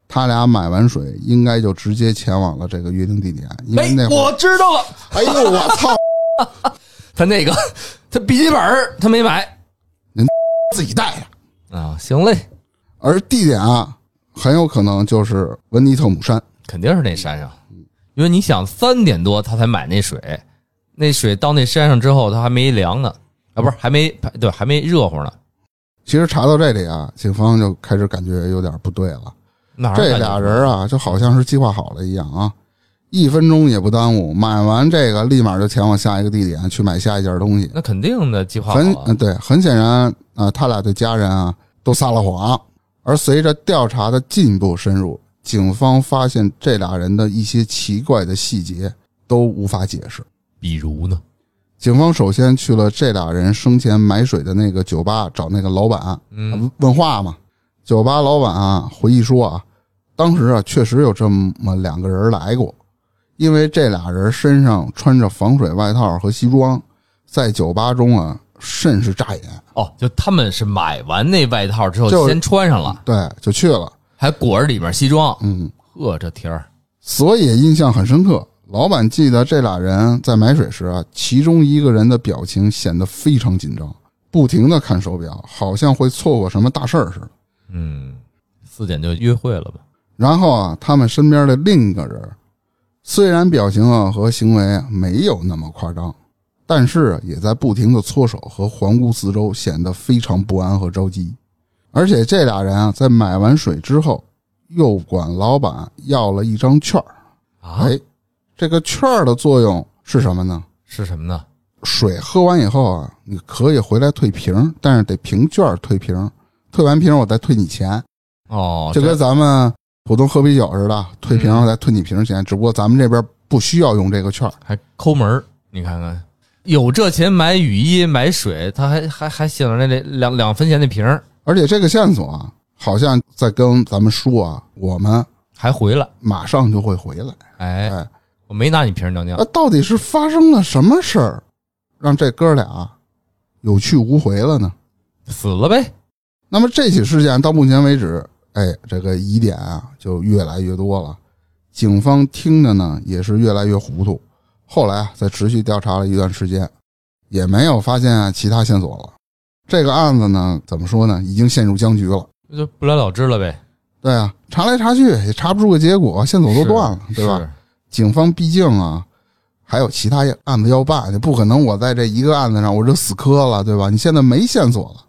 Speaker 1: 他俩买完水应该就直接前往了这个约定地点，因为那
Speaker 2: 哎，
Speaker 1: 会儿，
Speaker 2: 我知道了，
Speaker 1: 哎呦 我操，
Speaker 2: 他那个他笔记本儿他没买
Speaker 1: 自己带的。
Speaker 2: 啊，行嘞，
Speaker 1: 而地点啊，很有可能就是文尼特姆山。
Speaker 2: 肯定是那山上，因为你想三点多他才买那水，那水到那山上之后他还没凉呢，啊，不是还没对还没热乎呢，
Speaker 1: 其实查到这里啊，警方就开始感觉有点不对了。
Speaker 2: 哪儿
Speaker 1: 这
Speaker 2: 敢
Speaker 1: 俩
Speaker 2: 有
Speaker 1: 人啊，就好像是计划好了一样啊，一分钟也不耽误，买完这个立马就前往下一个地点去买下一件东西。
Speaker 2: 那肯定的计划好
Speaker 1: 很
Speaker 2: 啊
Speaker 1: 嗯，对，很显然啊、他俩对家人啊都撒了谎。而随着调查的进一步深入，警方发现这俩人的一些奇怪的细节都无法解释。
Speaker 2: 比如呢，
Speaker 1: 警方首先去了这俩人生前买水的那个酒吧，找那个老板，嗯，问话嘛。酒吧老板啊，回忆说啊，当时啊确实有这么两个人来过，因为这俩人身上穿着防水外套和西装，在酒吧中啊甚是扎眼，
Speaker 2: 哦，就他们是买完那外套之后
Speaker 1: 就
Speaker 2: 先穿上了，
Speaker 1: 对，就去了。
Speaker 2: 还裹着里边西装，
Speaker 1: 嗯，
Speaker 2: 呵，这天儿，
Speaker 1: 所以印象很深刻。老板记得这俩人在买水时啊，其中一个人的表情显得非常紧张，不停的看手表，好像会错过什么大事儿似的。
Speaker 2: 嗯，四点就约会了吧？
Speaker 1: 然后啊，他们身边的另一个人，虽然表情啊和行为啊没有那么夸张，但是也在不停的搓手和环顾四周，显得非常不安和着急。而且这俩人啊，在买完水之后，又管老板要了一张券儿。
Speaker 2: 啊，
Speaker 1: 哎，这个券儿的作用是什么呢？
Speaker 2: 是什么呢？
Speaker 1: 水喝完以后啊，你可以回来退瓶，但是得凭券儿退瓶，退完瓶我再退你钱。
Speaker 2: 哦，
Speaker 1: 就
Speaker 2: 这
Speaker 1: 跟咱们普通喝啤酒似的，退瓶
Speaker 2: 嗯
Speaker 1: 再退你瓶钱，只不过咱们这边不需要用这个券儿。
Speaker 2: 还抠门儿，你看看，有这钱买雨衣买水，他还还还想着那两两分钱那瓶儿
Speaker 1: 而且这个线索啊，好像在跟咱们说啊，我们
Speaker 2: 还回来，
Speaker 1: 马上就会回来。哎
Speaker 2: 哎，
Speaker 1: 啊
Speaker 2: 我没拿你瓶儿尿
Speaker 1: 那
Speaker 2: 尿，
Speaker 1: 到底是发生了什么事儿，让这哥俩啊有去无回了呢？
Speaker 2: 死了呗，
Speaker 1: 那么这起事件到目前为止，哎，这个疑点啊就越来越多了。警方听着呢也是越来越糊涂。后来啊，在持续调查了一段时间，也没有发现啊其他线索了。这个案子呢，怎么说呢，已经陷入僵局了。
Speaker 2: 就不了了之了呗，
Speaker 1: 对啊，查来查去也查不出个结果，线索都断了，
Speaker 2: 是啊
Speaker 1: 对吧？？警方毕竟啊，还有其他案子要办，就不可能我在这一个案子上我就死磕了，对吧？你现在没线索了，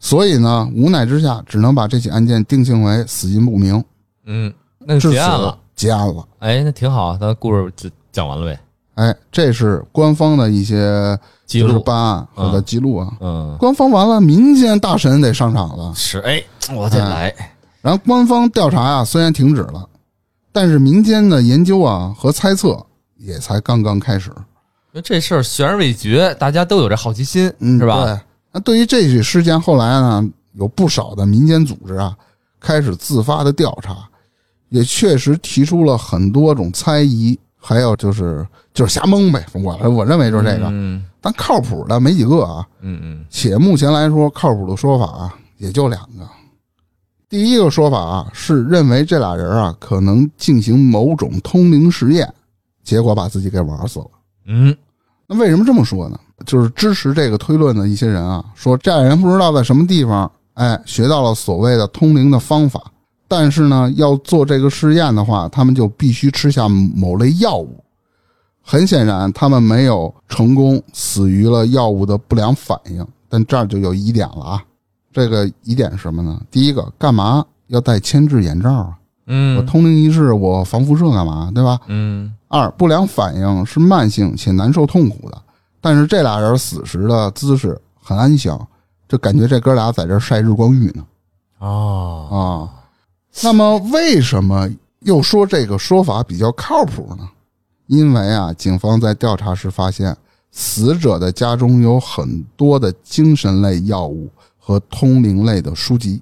Speaker 1: 所以呢，无奈之下只能把这起案件定性为死因不明，
Speaker 2: 嗯，那
Speaker 1: 至此
Speaker 2: 就结案了，
Speaker 1: 结案了。
Speaker 2: 哎，那挺好，咱故事就讲完了呗，
Speaker 1: 哎，这是官方的一些
Speaker 2: 记
Speaker 1: 就是
Speaker 2: 录，
Speaker 1: 办案或者记录啊。
Speaker 2: 嗯，
Speaker 1: 官方完了，民间大神得上场了。
Speaker 2: 是，哎，我得来，
Speaker 1: 然后官方调查啊，虽然停止了，但是民间的研究啊和猜测也才刚刚开始。
Speaker 2: 因为这事儿悬而未决，大家都有这好奇心，
Speaker 1: 嗯，
Speaker 2: 是吧？
Speaker 1: 对。那对于这起事件，后来呢，有不少的民间组织啊，开始自发的调查，也确实提出了很多种猜疑，还有就是就是瞎蒙呗。我我认为就是这个，
Speaker 2: 嗯
Speaker 1: 但靠谱的没几个啊。
Speaker 2: 嗯嗯，
Speaker 1: 且目前来说，靠谱的说法啊，也就两个。第一个说法啊，是认为这俩人啊可能进行某种通灵实验，结果把自己给玩死了。
Speaker 2: 嗯，
Speaker 1: 那为什么这么说呢？就是支持这个推论的一些人啊，说这俩人不知道在什么地方，哎，学到了所谓的通灵的方法，但是呢，要做这个试验的话，他们就必须吃下某类药物。很显然，他们没有成功，死于了药物的不良反应。但这儿就有疑点了啊！这个疑点是什么呢？第一个，干嘛要戴铅制眼罩啊？我
Speaker 2: 嗯
Speaker 1: 通灵一事，我防辐射干嘛？对吧？
Speaker 2: 嗯，
Speaker 1: 二，不良反应是慢性且难受痛苦的，但是这俩人死时的姿势很安详，就感觉这哥俩在这儿晒日光浴呢
Speaker 2: 哦，
Speaker 1: 啊。那么为什么又说这个说法比较靠谱呢？因为啊，警方在调查时发现，死者的家中有很多的精神类药物和通灵类的书籍，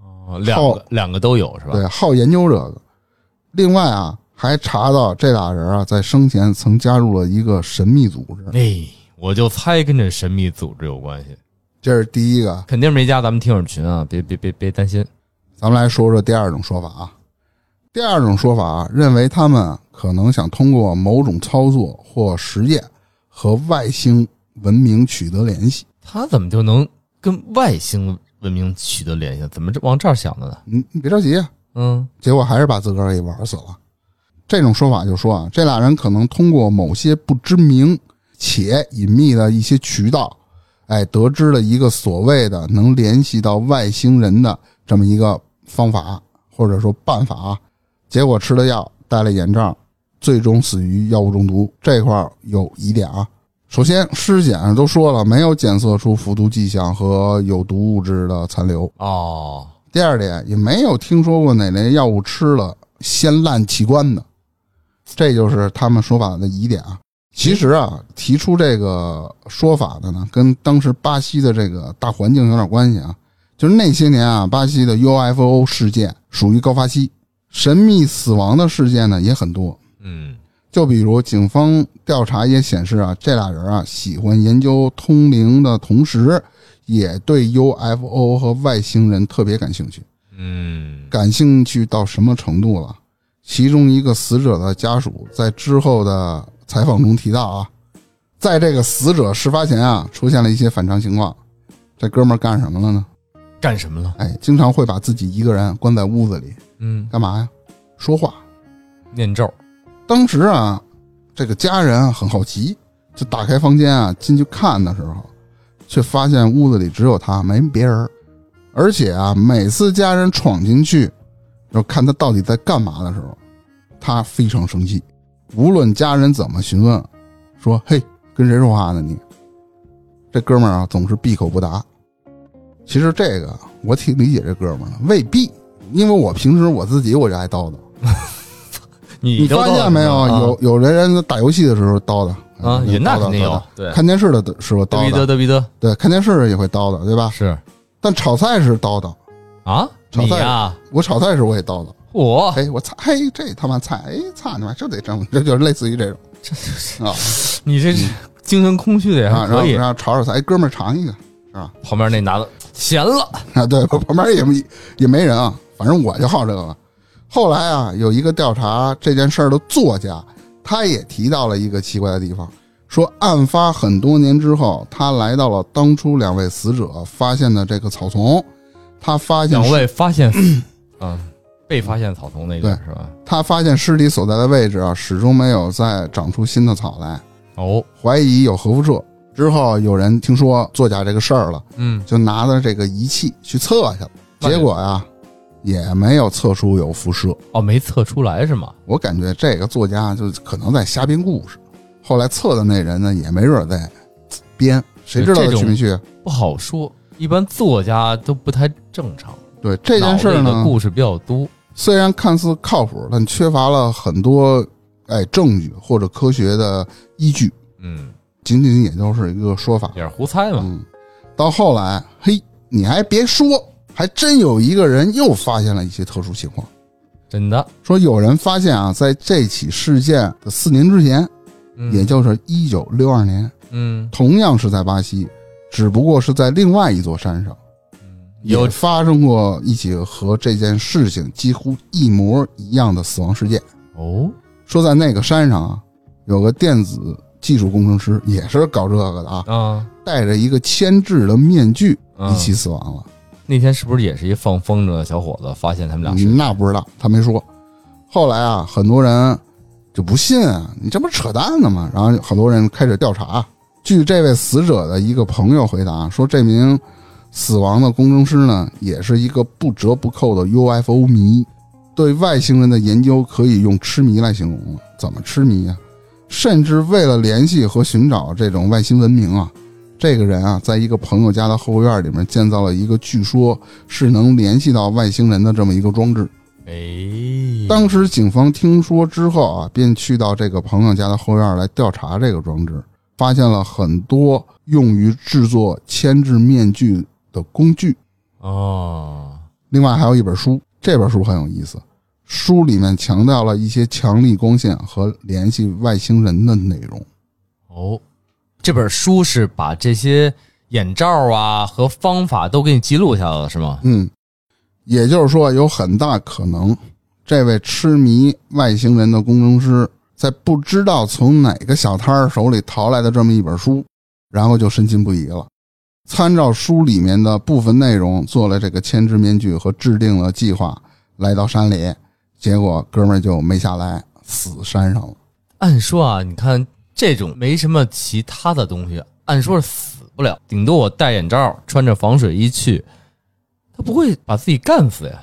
Speaker 2: 哦两个两个都有是吧？
Speaker 1: 对，好研究这个。另外啊，还查到这俩人啊，在生前曾加入了一个神秘组织，
Speaker 2: 哎，我就猜跟这神秘组织有关系，
Speaker 1: 这是第一个。
Speaker 2: 肯定没加咱们听友群啊！别别别别担心，
Speaker 1: 咱们来说说第二种说法啊。第二种说法啊，认为他们可能想通过某种操作或实验和外星文明取得联系。
Speaker 2: 他怎么就能跟外星文明取得联系？怎么这往这儿想的呢？
Speaker 1: 你你别着急啊，
Speaker 2: 嗯，
Speaker 1: 结果还是把自个儿给玩死了。这种说法就说啊，这俩人可能通过某些不知名且隐秘的一些渠道，哎，得知了一个所谓的能联系到外星人的这么一个方法或者说办法啊，结果吃了药，戴了眼罩，最终死于药物中毒。这块儿有疑点啊。首先，尸检上都说了，没有检测出服毒迹象和有毒物质的残留。
Speaker 2: 哦，
Speaker 1: 第二点，也没有听说过哪类药物吃了先烂器官的，这就是他们说法的疑点啊。其实啊，提出这个说法的呢，跟当时巴西的这个大环境有点关系啊。就是那些年啊，巴西的 UFO 事件属于高发期，神秘死亡的事件呢也很多。
Speaker 2: 嗯，
Speaker 1: 就比如警方调查也显示啊，这俩人啊喜欢研究通灵的同时，也对 UFO 和外星人特别感兴趣。
Speaker 2: 嗯
Speaker 1: 感兴趣到什么程度了？其中一个死者的家属在之后的采访中提到啊，在这个死者事发前啊，出现了一些反常情况。这哥们儿干什么了呢？
Speaker 2: 干什么了？
Speaker 1: 哎，经常会把自己一个人关在屋子里，
Speaker 2: 嗯，
Speaker 1: 干嘛呀？说话。
Speaker 2: 念咒。
Speaker 1: 当时啊，这个家人啊很好奇，就打开房间啊进去看的时候，却发现屋子里只有他，没别人儿。而且啊，每次家人闯进去，要看他到底在干嘛的时候，他非常生气。无论家人怎么询问，说：“嘿，跟谁说话呢你？”这哥们儿啊，总是闭口不答。其实这个我挺理解这哥们儿的，未必，因为我平时我自己我就爱叨叨。
Speaker 2: 你
Speaker 1: 你
Speaker 2: 都
Speaker 1: 发现没有？有有的人打游戏的时候叨嗯叨
Speaker 2: 啊，也
Speaker 1: 也
Speaker 2: 那肯定有。对，
Speaker 1: 看电视的时候
Speaker 2: 德
Speaker 1: 叨
Speaker 2: 比
Speaker 1: 叨
Speaker 2: 德，德比德
Speaker 1: 对，看电视也会叨叨，对吧？
Speaker 2: 是
Speaker 1: 但炒菜时叨叨，
Speaker 2: 啊，
Speaker 1: 炒
Speaker 2: 你
Speaker 1: 菜
Speaker 2: 呀，
Speaker 1: 我炒菜时我也叨叨。
Speaker 2: 我
Speaker 1: 哎，我操，哎，这他妈菜，哎，操你妈，这得这么， 这就是类似于这种，这就是
Speaker 2: 你这是精神空虚的也
Speaker 1: 嗯啊啊，
Speaker 2: 还
Speaker 1: 然后
Speaker 2: 可以
Speaker 1: 然。后炒炒菜，哎，哥们儿尝一个，是吧？
Speaker 2: 旁边那拿的闲了，
Speaker 1: 啊，对，我旁边也没也没人啊，反正我就好这个。后来啊，有一个调查这件事儿的作家，他也提到了一个奇怪的地方，说案发很多年之后，他来到了当初两位死者发现的这个草丛，他发现
Speaker 2: 两
Speaker 1: 尸
Speaker 2: 位发 现，啊，被发现草丛那个
Speaker 1: 对
Speaker 2: 是吧？
Speaker 1: 他发现尸体所在的位置啊，始终没有再长出新的草来，
Speaker 2: 哦，
Speaker 1: 怀疑有核辐射。之后有人听说作假这个事儿了，
Speaker 2: 嗯，
Speaker 1: 就拿着这个仪器去测去了，
Speaker 2: 那
Speaker 1: 结
Speaker 2: 就
Speaker 1: 果呀、啊也没有测出有辐射。
Speaker 2: 哦，没测出来是吗？
Speaker 1: 我感觉这个作家就可能在瞎编故事，后来测的那人呢，也没准儿在嘖编，谁知道他
Speaker 2: 这种
Speaker 1: 去没去？
Speaker 2: 不好说，一般作家都不太正常。
Speaker 1: 对这件事儿
Speaker 2: 脑内的
Speaker 1: 呢，
Speaker 2: 故事比较多，
Speaker 1: 虽然看似靠谱，但缺乏了很多哎证据或者科学的依据，
Speaker 2: 嗯，
Speaker 1: 仅仅也就是一个说法。
Speaker 2: 也是胡猜嘛。
Speaker 1: 嗯，到后来，嘿，你还别说，还真有一个人又发现了一些特殊情况。
Speaker 2: 真的，
Speaker 1: 说有人发现啊，在这起事件的四年之前，
Speaker 2: 嗯
Speaker 1: 也就是一九六二年，
Speaker 2: 嗯，
Speaker 1: 同样是在巴西，只不过是在另外一座山上，
Speaker 2: 有
Speaker 1: 也发生过一起和这件事情几乎一模一样的死亡事件。
Speaker 2: 哦，
Speaker 1: 说在那个山上啊，有个电子技术工程师，也是搞这个的啊，
Speaker 2: 啊，
Speaker 1: 戴着一个铅制的面具
Speaker 2: 嗯
Speaker 1: 一起死亡了。
Speaker 2: 那天是不是也是一放风筝的小伙子发现他们俩是？
Speaker 1: 嗯那不知道，他没说。后来啊，很多人就不信啊，你这不是扯淡呢吗？然后很多人开始调查。据这位死者的一个朋友回答说，这名死亡的工程师呢，也是一个不折不扣的 UFO 迷，对外星人的研究可以用痴迷来形容了。怎么痴迷啊？甚至为了联系和寻找这种外星文明啊，这个人啊，在一个朋友家的后院里面建造了一个据说是能联系到外星人的这么一个装置。
Speaker 2: 哎，
Speaker 1: 嗯当时警方听说之后啊，便去到这个朋友家的后院来调查这个装置，发现了很多用于制作铅制面具的工具，
Speaker 2: 哦，
Speaker 1: 另外还有一本书，这本书很有意思，书里面强调了一些强力光线和联系外星人的内容。
Speaker 2: 哦，这本书是把这些眼罩啊和方法都给你记录下来了，是吗？
Speaker 1: 嗯，也就是说，有很大可能，这位痴迷外星人的工程师，在不知道从哪个小摊儿手里淘来的这么一本书，然后就深信不疑了。参照书里面的部分内容，做了这个铅制面具和制定了计划，来到山里，结果哥们儿就没下来，死山上了。
Speaker 2: 按说啊，你看这种没什么其他的东西，按说是死不了，顶多我戴眼罩，穿着防水衣去，他不会把自己干死呀。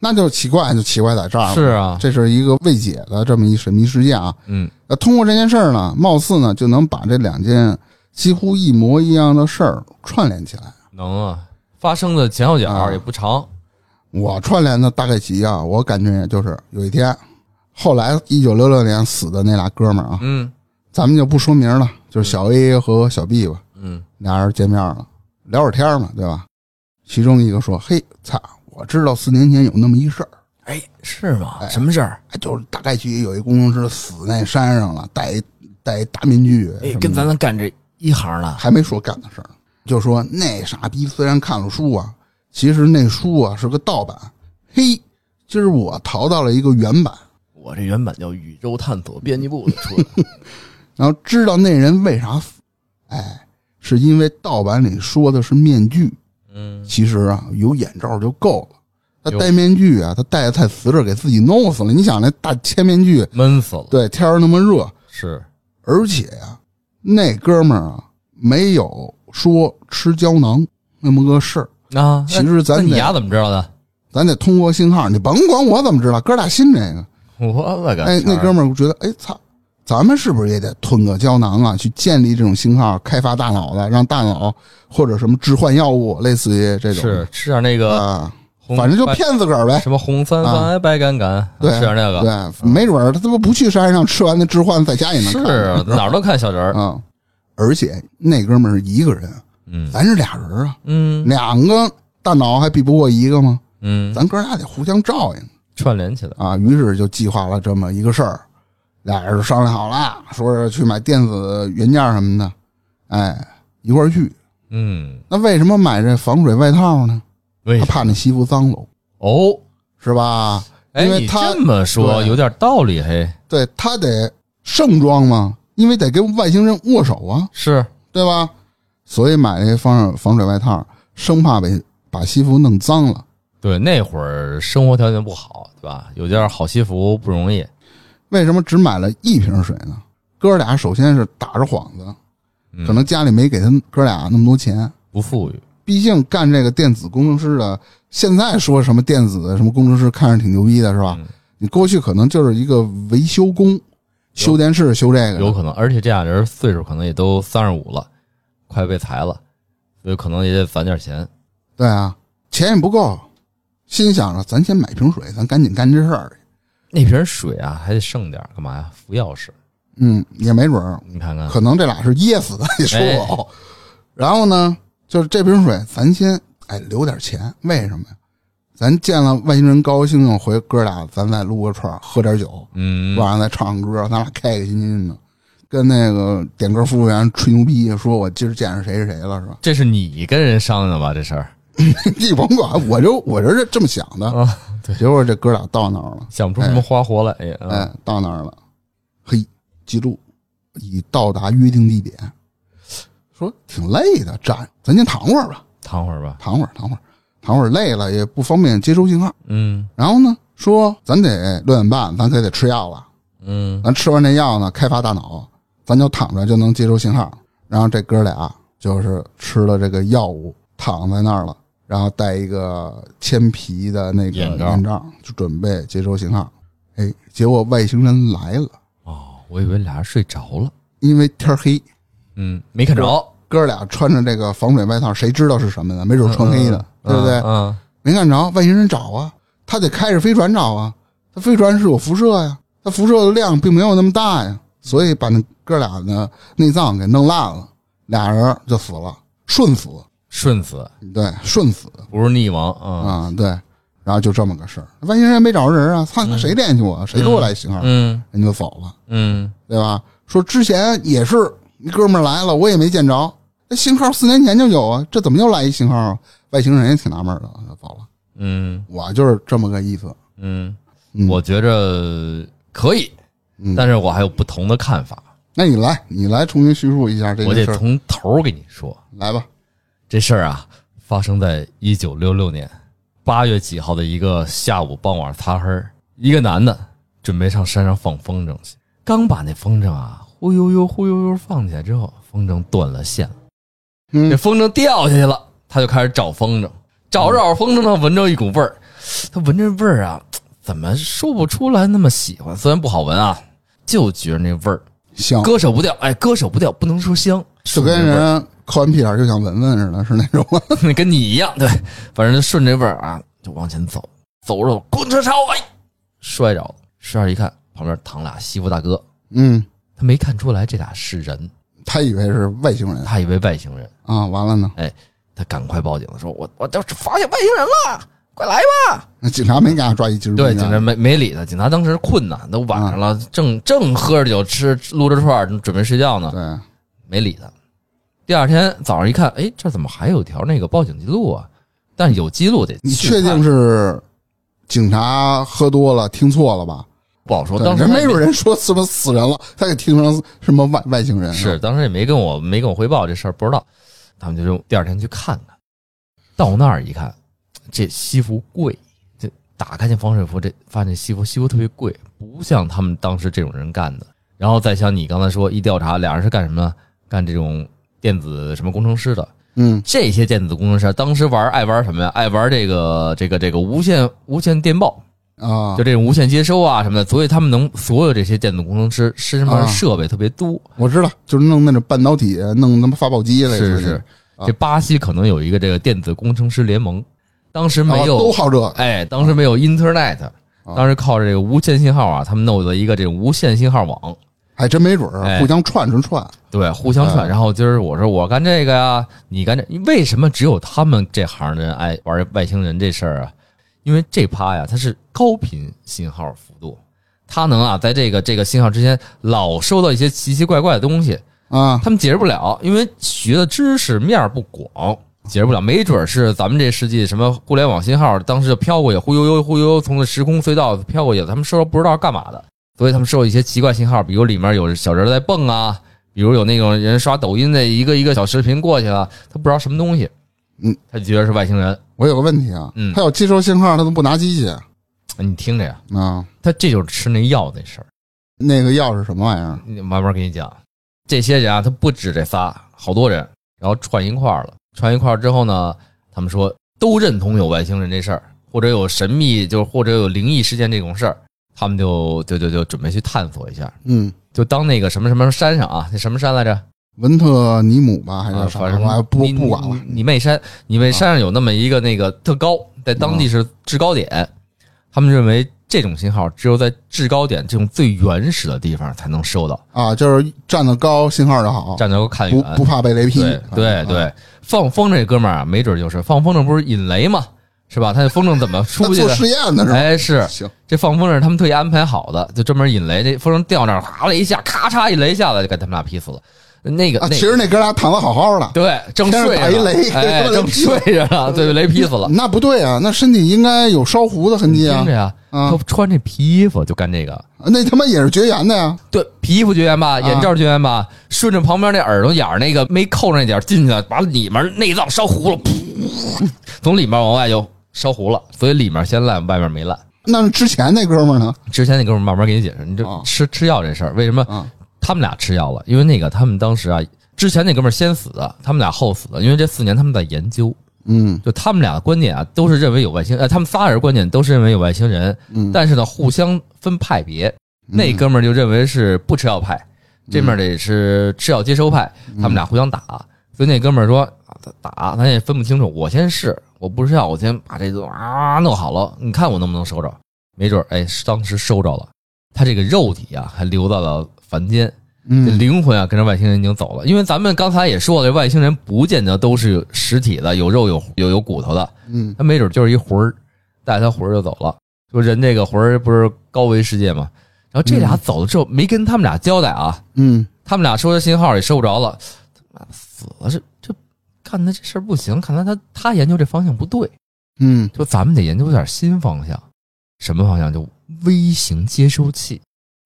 Speaker 1: 那就奇怪，就奇怪在这儿了。
Speaker 2: 是，啊，
Speaker 1: 这是一个未解的这么一神秘事件啊。
Speaker 2: 嗯，
Speaker 1: 呃，通过这件事儿呢，貌似呢就能把这两件几乎一模一样的事儿串联起来。
Speaker 2: 能啊，发生的前后脚
Speaker 1: 啊
Speaker 2: 也不长，
Speaker 1: 我串联的大概齐啊，我感觉也就是有一天，后来一九六六年死的那俩哥们儿啊，
Speaker 2: 嗯
Speaker 1: 咱们就不说名了，就是小 A 和小 B 吧，
Speaker 2: 嗯，
Speaker 1: 俩人见面了，聊会儿天儿嘛，对吧？其中一个说：“嘿，操，我知道四年前有那么一事儿，
Speaker 2: 哎，是吗？什么事儿？
Speaker 1: 哎就是大概齐有一工程师死那山上了，戴一戴一大面具，什么的
Speaker 2: 们干这一行了，
Speaker 1: 还没说干的事儿呢，就说那傻逼虽然看了书啊，其实那书啊是个盗版，嘿，今儿我淘到了一个原版，
Speaker 3: 我这原版叫《宇宙探索编辑部》的出来，
Speaker 1: 然后知道那人为啥死，哎，是因为盗版里说的是面具，
Speaker 2: 嗯，
Speaker 1: 其实啊有眼罩就够了。他
Speaker 2: 有
Speaker 1: 戴面具啊，他戴的太死着，给自己弄死了。你想那大千面具，
Speaker 2: 闷死了，
Speaker 1: 对，天儿那么热，
Speaker 2: 是
Speaker 1: 而且呀、那哥们儿啊没有说吃胶囊那么个事儿，
Speaker 2: 啊。
Speaker 1: 其实咱
Speaker 2: 那你
Speaker 1: 得
Speaker 2: 丫怎么知道的？
Speaker 1: 咱得通过信号，你甭管我怎么知道，哥大新这个，
Speaker 2: 我了个
Speaker 1: 哎，那哥们儿觉得，哎操，咱们是不是也得吞个胶囊啊，去建立这种信号，开发大脑的，让大脑或者什么置换药物，类似于这种
Speaker 2: 是吃点那个
Speaker 1: 啊，
Speaker 2: 红，
Speaker 1: 反正就
Speaker 2: 白
Speaker 1: 骗自个儿呗。
Speaker 2: 什么红三
Speaker 1: 啊
Speaker 2: 番白杆杆，
Speaker 1: 对，
Speaker 2: 吃点那个，
Speaker 1: 对，没准儿他他妈不去山上吃完那置换，在家也能
Speaker 2: 是
Speaker 1: 看
Speaker 2: 啊哪儿都看小人儿，
Speaker 1: 啊。而且那哥们儿是一个人，
Speaker 2: 嗯
Speaker 1: 咱是俩人啊，
Speaker 2: 嗯
Speaker 1: 两个大脑还比不过一个吗？
Speaker 2: 嗯，
Speaker 1: 咱哥俩得互相照应
Speaker 2: 串联起来，
Speaker 1: 啊。于是就计划了这么一个事儿，俩人就商量好了，说是去买电子元件什么的，哎，一块儿去。
Speaker 2: 嗯，
Speaker 1: 那为什么买这防水外套呢？
Speaker 2: 为
Speaker 1: 他
Speaker 2: 啥？
Speaker 1: 怕那西服脏喽，
Speaker 2: 哦，
Speaker 1: 是吧？
Speaker 2: 哎，
Speaker 1: 因为
Speaker 2: 你
Speaker 1: 他
Speaker 2: 这么说
Speaker 1: 对
Speaker 2: 有点道理，嘿，
Speaker 1: 对他得盛装嘛，因为得跟外星人握手啊，
Speaker 2: 是
Speaker 1: 对吧？所以买这防防水外套，生怕被把西服弄脏了。
Speaker 2: 对，那会儿生活条件不好，对吧？有件好西服不容易，
Speaker 1: 为什么只买了一瓶水呢？哥俩首先是打着幌子，
Speaker 2: 嗯
Speaker 1: 可能家里没给他们哥俩那么多钱，
Speaker 2: 不富裕，
Speaker 1: 毕竟干这个电子工程师的，现在说什么电子什么工程师看着挺牛逼的是吧？
Speaker 2: 嗯
Speaker 1: 你过去可能就是一个维修工，修电视修这个的，
Speaker 2: 有可能，而且这俩人岁数可能也都三十五了，快被裁了，所以可能也得攒点钱，
Speaker 1: 对啊，钱也不够，心想着咱先买瓶水，咱赶紧干这事儿去。
Speaker 2: 那瓶水啊还得剩点儿，干嘛呀？服药是，
Speaker 1: 嗯，也没准儿，
Speaker 2: 你看看，
Speaker 1: 可能这俩是噎死的，也说不
Speaker 2: 哎
Speaker 1: 好。然后呢，就是这瓶水，咱先哎留点钱，为什么呀？咱见了外星人高兴兴回哥俩，咱再撸个串儿，喝点酒，
Speaker 2: 嗯，
Speaker 1: 晚上再唱歌，咱俩开开心心的，跟那个点歌服务员吹牛逼，说我今儿见着谁谁谁了，是吧？
Speaker 2: 这是你跟人商量的吧？这事儿
Speaker 1: 你甭管，我就我就是这么想的。
Speaker 2: 啊
Speaker 1: 结果这哥俩到那儿了。
Speaker 2: 想不出什么花活来，哎，啊
Speaker 1: 哎，到那儿了，嘿，记录已到达约定地点。说挺累的，站，咱先躺会儿吧，
Speaker 2: 躺会儿吧，
Speaker 1: 躺会儿，躺会儿，躺会儿，累了也不方便接收信号。
Speaker 2: 嗯
Speaker 1: 然后呢，说咱得六点半，咱可得吃药了。
Speaker 2: 嗯，
Speaker 1: 咱吃完这药呢，开发大脑，咱就躺着就能接收信号。然后这哥俩就是吃了这个药物，躺在那儿了，然后戴一个铅皮的那个
Speaker 2: 眼罩
Speaker 1: 眼罩，就准备接收信号。哎，结果外星人来了，
Speaker 2: 哦，我以为俩人睡着了，
Speaker 1: 因为天黑，
Speaker 2: 嗯，没看着，
Speaker 1: 哥俩穿着这个防水外套，谁知道是什么呢？没准穿黑的，
Speaker 2: 嗯
Speaker 1: 对不对？
Speaker 2: 嗯，
Speaker 1: 没看着，外星人找啊，他得开着飞船找啊，他飞船是有辐射呀，他辐射的量并没有那么大呀，所以把那哥俩的内脏给弄烂了，俩人就死了，顺死，
Speaker 2: 顺子
Speaker 1: 对，顺死
Speaker 2: 不是溺亡啊，
Speaker 1: 啊、对，然后就这么个事儿，外星人没找着人啊，操，谁联系我，谁给我来信号，
Speaker 2: 嗯
Speaker 1: 人就走了，
Speaker 2: 嗯，
Speaker 1: 对吧？说之前也是，一哥们儿来了，我也没见着，那信号四年前就有啊，这怎么又来一信号啊？外星人也挺纳闷的，就走了。
Speaker 2: 嗯
Speaker 1: 我就是这么个意思，
Speaker 2: 嗯，
Speaker 1: 嗯
Speaker 2: 我觉着可以，
Speaker 1: 嗯
Speaker 2: 但是我还有不同的看法，
Speaker 1: 那你来，你来重新叙述一下这
Speaker 2: 我
Speaker 1: 个
Speaker 2: 得
Speaker 1: 事儿，
Speaker 2: 从头儿给你说，
Speaker 1: 来吧。
Speaker 2: 这事儿啊，发生在一九六六年八月几号的一个下午傍晚擦黑儿，一个男的准备上山上放风筝去，刚把那风筝啊忽悠悠忽悠悠放起来之后，风筝断了线了，这
Speaker 1: 嗯，
Speaker 2: 风筝掉下去了，他就开始找风筝，找着找风筝呢，闻着一股味儿，他闻着味儿啊，怎么说不出来那么喜欢，虽然不好闻啊，就觉得那味儿
Speaker 1: 行，
Speaker 2: 割舍不掉，哎，割舍不掉，不能说香，
Speaker 1: 就跟人抠完屁眼儿就想闻闻似的，是那种。
Speaker 2: 那跟你一样，对，反正就顺着这味儿啊，就往前走，走着走，滚车超，哎，摔着了，摔着一看，旁边躺俩西服大哥，
Speaker 1: 嗯，
Speaker 2: 他没看出来这俩是人，
Speaker 1: 他以为是外星人
Speaker 2: 他以为外星人，
Speaker 1: 啊，完了呢，
Speaker 2: 他赶快报警了，说我我这发现外星人了，快来吧！
Speaker 1: 那警察没给他抓一鸡儿
Speaker 2: 对，
Speaker 1: 逼啊
Speaker 2: 警察没嗯没理他，警察当时困呐，都晚上了，正正喝着酒吃撸着串儿准备睡觉呢，
Speaker 1: 对，
Speaker 2: 没理他。第二天早上一看，哎，这怎么还有条那个报警记录啊？但有记录得
Speaker 1: 你
Speaker 2: 去看
Speaker 1: 确定是警察喝多了听错了吧？
Speaker 2: 不好说。
Speaker 1: 对
Speaker 2: 当时
Speaker 1: 人
Speaker 2: 他
Speaker 1: 没
Speaker 2: 也
Speaker 1: 准人说什么死人了，他给听成什么外外星人了
Speaker 2: 是，当时也没跟我没跟我汇报这事儿，不知道。他们就说第二天去看看，到那儿一看，这西服贵，这打开这防水服，这发现这西服西服特别贵，不像他们当时这种人干的。然后再像你刚才说，一调查，俩人是干什么呢？干这种电子什么工程师的。
Speaker 1: 嗯，
Speaker 2: 这些电子工程师当时玩爱玩什么呀？爱玩这个这个这个无线无线电报，
Speaker 1: 啊
Speaker 2: 就，这种无线接收啊什么的。所以他们能所有这些电子工程师身上
Speaker 1: 啊
Speaker 2: 的设备特别多。
Speaker 1: 我知道，就是弄那种半导体，弄他妈发报机那
Speaker 2: 是
Speaker 1: 个
Speaker 2: 是是，
Speaker 1: 啊
Speaker 2: 这巴西可能有一个这个电子工程师联盟，当时没
Speaker 1: 啊
Speaker 2: 有，
Speaker 1: 都好这个
Speaker 2: 哎，当时没有 Internet，
Speaker 1: 啊
Speaker 2: 当时靠着这个无线信号啊，他们弄了一个这种无线信号网，
Speaker 1: 还真没准儿
Speaker 2: 哎
Speaker 1: 互相串着串，
Speaker 2: 对，互相串。
Speaker 1: 嗯
Speaker 2: 然后今儿我说我干这个呀，你干这，为什么只有他们这行的人爱玩外星人这事儿啊？因为这趴呀，它是高频信号幅度，它能啊，在这个这个信号之间老收到一些奇奇怪怪的东西，
Speaker 1: 啊，
Speaker 2: 他们解释不了，因为学的知识面儿不广，解释不了。没准儿是咱们这世纪什么互联网信号，当时就飘过去，忽悠悠忽悠悠从这时空隧道飘过去，他们收到不知道干嘛的，所以他们收到一些奇怪信号，比如里面有小人儿在蹦啊，比如有那种人刷抖音的一个一个小视频过去了，他不知道什么东西，
Speaker 1: 嗯，
Speaker 2: 他就觉得是外星人。
Speaker 1: 我有个问题啊，
Speaker 2: 嗯
Speaker 1: 他有接收信号，他都不拿机器
Speaker 2: 你听着呀，
Speaker 1: 啊？
Speaker 2: 他这就是吃那药那事儿。
Speaker 1: 那个药是什么玩意儿？
Speaker 2: 你慢慢跟你讲，这些人啊，他不止这仨，好多人，然后串一块儿了。串一块儿之后呢，他们说都认同有外星人这事儿，或者有神秘，就是或者有灵异事件这种事儿，他们就就就就准备去探索一下。
Speaker 1: 嗯，
Speaker 2: 就当那个什么什么山上啊，那什么山来着？
Speaker 1: 文特尼姆吧，还是
Speaker 2: 啊，
Speaker 1: 啥
Speaker 2: 反？正
Speaker 1: 我还不
Speaker 2: 你
Speaker 1: 不管了。
Speaker 2: 你你妹山，你妹山上有那么一个那个特高，在当地是制高点，他们认为这种信号只有在制高点这种最原始的地方才能收到，
Speaker 1: 啊，就是站得高，信号就好，
Speaker 2: 站着看
Speaker 1: 不
Speaker 2: 远。
Speaker 1: 哦不怕被雷劈。
Speaker 2: 对对
Speaker 1: 啊，
Speaker 2: 对，放风这哥们儿啊，没准儿就是放风筝不是引雷嘛，是吧？他这风筝怎么
Speaker 1: 他
Speaker 2: 出去
Speaker 1: 做
Speaker 2: 的？
Speaker 1: 实验的是吧？
Speaker 2: 哎，是
Speaker 1: 行，
Speaker 2: 这放风筝是他们特意安排好的，就专门引雷。这风筝掉那儿，哗啦一下，咔嚓一雷下来，就给他们俩劈死了。那个，
Speaker 1: 啊，
Speaker 2: 那
Speaker 1: 其实那哥俩躺得好好的，
Speaker 2: 对，正
Speaker 1: 天上
Speaker 2: 睡着
Speaker 1: 打一雷
Speaker 2: 哎，
Speaker 1: 给他们
Speaker 2: 正
Speaker 1: 劈了
Speaker 2: 睡着呢，对，雷劈死了。
Speaker 1: 那不对啊，那身体应该有烧糊的痕迹啊
Speaker 2: 听着。呀，
Speaker 1: 啊
Speaker 2: 他，穿这皮衣服就干这个，
Speaker 1: 那他妈也是绝缘的呀。
Speaker 2: 对，皮衣服绝缘
Speaker 1: 啊
Speaker 2: 吧，眼罩绝缘吧，顺着旁边那耳朵眼儿那个没扣上那点儿进去了，把里面内脏烧糊了， 噗，从里面往外就烧糊了，所以里面先烂，外面没烂。
Speaker 1: 那之前那哥们儿呢？
Speaker 2: 之前那哥们儿慢慢给你解释，你
Speaker 1: 啊
Speaker 2: 这吃吃药这事儿，为什么
Speaker 1: 啊
Speaker 2: 他们俩吃药了？因为那个他们当时啊，之前那哥们儿先死的，他们俩后死的，因为这四年他们在研究，
Speaker 1: 嗯
Speaker 2: 就他们俩的观点啊，都是认为有外星，呃，他们仨人观点都是认为有外星人，
Speaker 1: 嗯，
Speaker 2: 但是呢，互相分派别，那哥们儿就认为是不吃药派，这面得是吃药接收派，
Speaker 1: 嗯
Speaker 2: 他们俩互相打，所以那哥们儿说啊他打，咱也分不清楚，我先试，我不吃药，我先把这都啊弄好了，你看我能不能收着？没准儿哎，当时收着了，他这个肉体啊还留到了凡间，这
Speaker 1: 嗯
Speaker 2: 灵魂啊跟着外星人已经走了，因为咱们刚才也说了，这外星人不见得都是有实体的，有肉有有有骨头的，
Speaker 1: 嗯
Speaker 2: 他没准就是一魂儿，带他魂儿就走了。说人这个魂儿不是高维世界吗？然后这俩走了之后，没跟他们俩交代啊，
Speaker 1: 嗯，
Speaker 2: 他们俩说的信号也收不着了，他妈死了这这，看他这事儿不行，看来他他研究这方向不对，
Speaker 1: 嗯
Speaker 2: 说咱们得研究点新方向，什么方向？就微型接收器。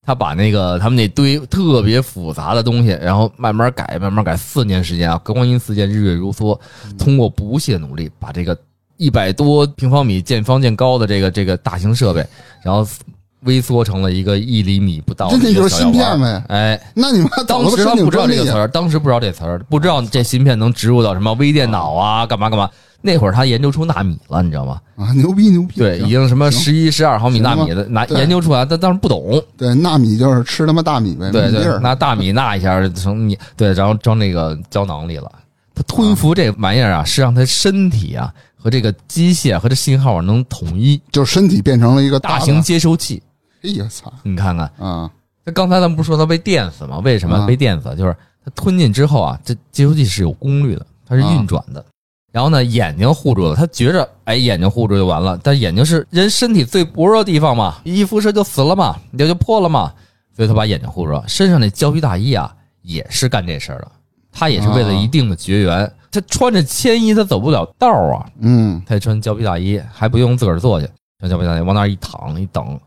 Speaker 2: 他把那个他们那堆特别复杂的东西，然后慢慢改，慢慢改，四年时间啊，光阴似箭，日月如梭，
Speaker 1: 嗯
Speaker 2: 通过不懈努力，把这个一百多平方米见方见高的这个这个大型设备，然后微缩成了一个一厘米不到的
Speaker 1: 真的
Speaker 2: 一个
Speaker 1: 就是
Speaker 2: 小药
Speaker 1: 芯片
Speaker 2: 丸。
Speaker 1: 呗。
Speaker 2: 哎，
Speaker 1: 那你妈
Speaker 2: 当时他
Speaker 1: 他
Speaker 2: 不知道这个词儿，当时不知道这词儿，不知道这芯片能植入到什么微电脑啊，干嘛干嘛。那会儿他研究出纳米了，你知道吗？
Speaker 1: 啊，牛逼牛逼！
Speaker 2: 对，已
Speaker 1: 行
Speaker 2: 经什么
Speaker 1: 行
Speaker 2: 十一、十二毫米纳米的拿
Speaker 1: 对
Speaker 2: 研究出来，但当时不懂，
Speaker 1: 对，纳米就是吃他妈大米呗，
Speaker 2: 对
Speaker 1: 米粒
Speaker 2: 对，
Speaker 1: 儿
Speaker 2: 拿大米纳一下成米，对，然后装那个胶囊里了。他吞服这玩意儿啊，是让他身体啊和这个机械和这信号啊能统一，
Speaker 1: 就身体变成了一个
Speaker 2: 大
Speaker 1: 的
Speaker 2: 型。接收器。
Speaker 1: 哎呀操！
Speaker 2: 你看看，
Speaker 1: 啊，
Speaker 2: 那刚才咱们不是说他被电死吗？为什么
Speaker 1: 啊
Speaker 2: 被电死？就是他吞进之后啊，这接收器是有功率的，它是运转的。然后呢，眼睛护住了，他觉着哎，眼睛护住就完了，但眼睛是人身体最薄弱的地方嘛，一辐射就死了嘛，也就破了嘛，所以他把眼睛护住了。身上那胶皮大衣啊，也是干这事儿的，他也是为了一定的绝缘。他穿着铅衣，他走不了道儿啊，
Speaker 1: 嗯
Speaker 2: 他也穿胶皮大衣，还不用自个儿做去。小小白小姐往那儿一躺一等，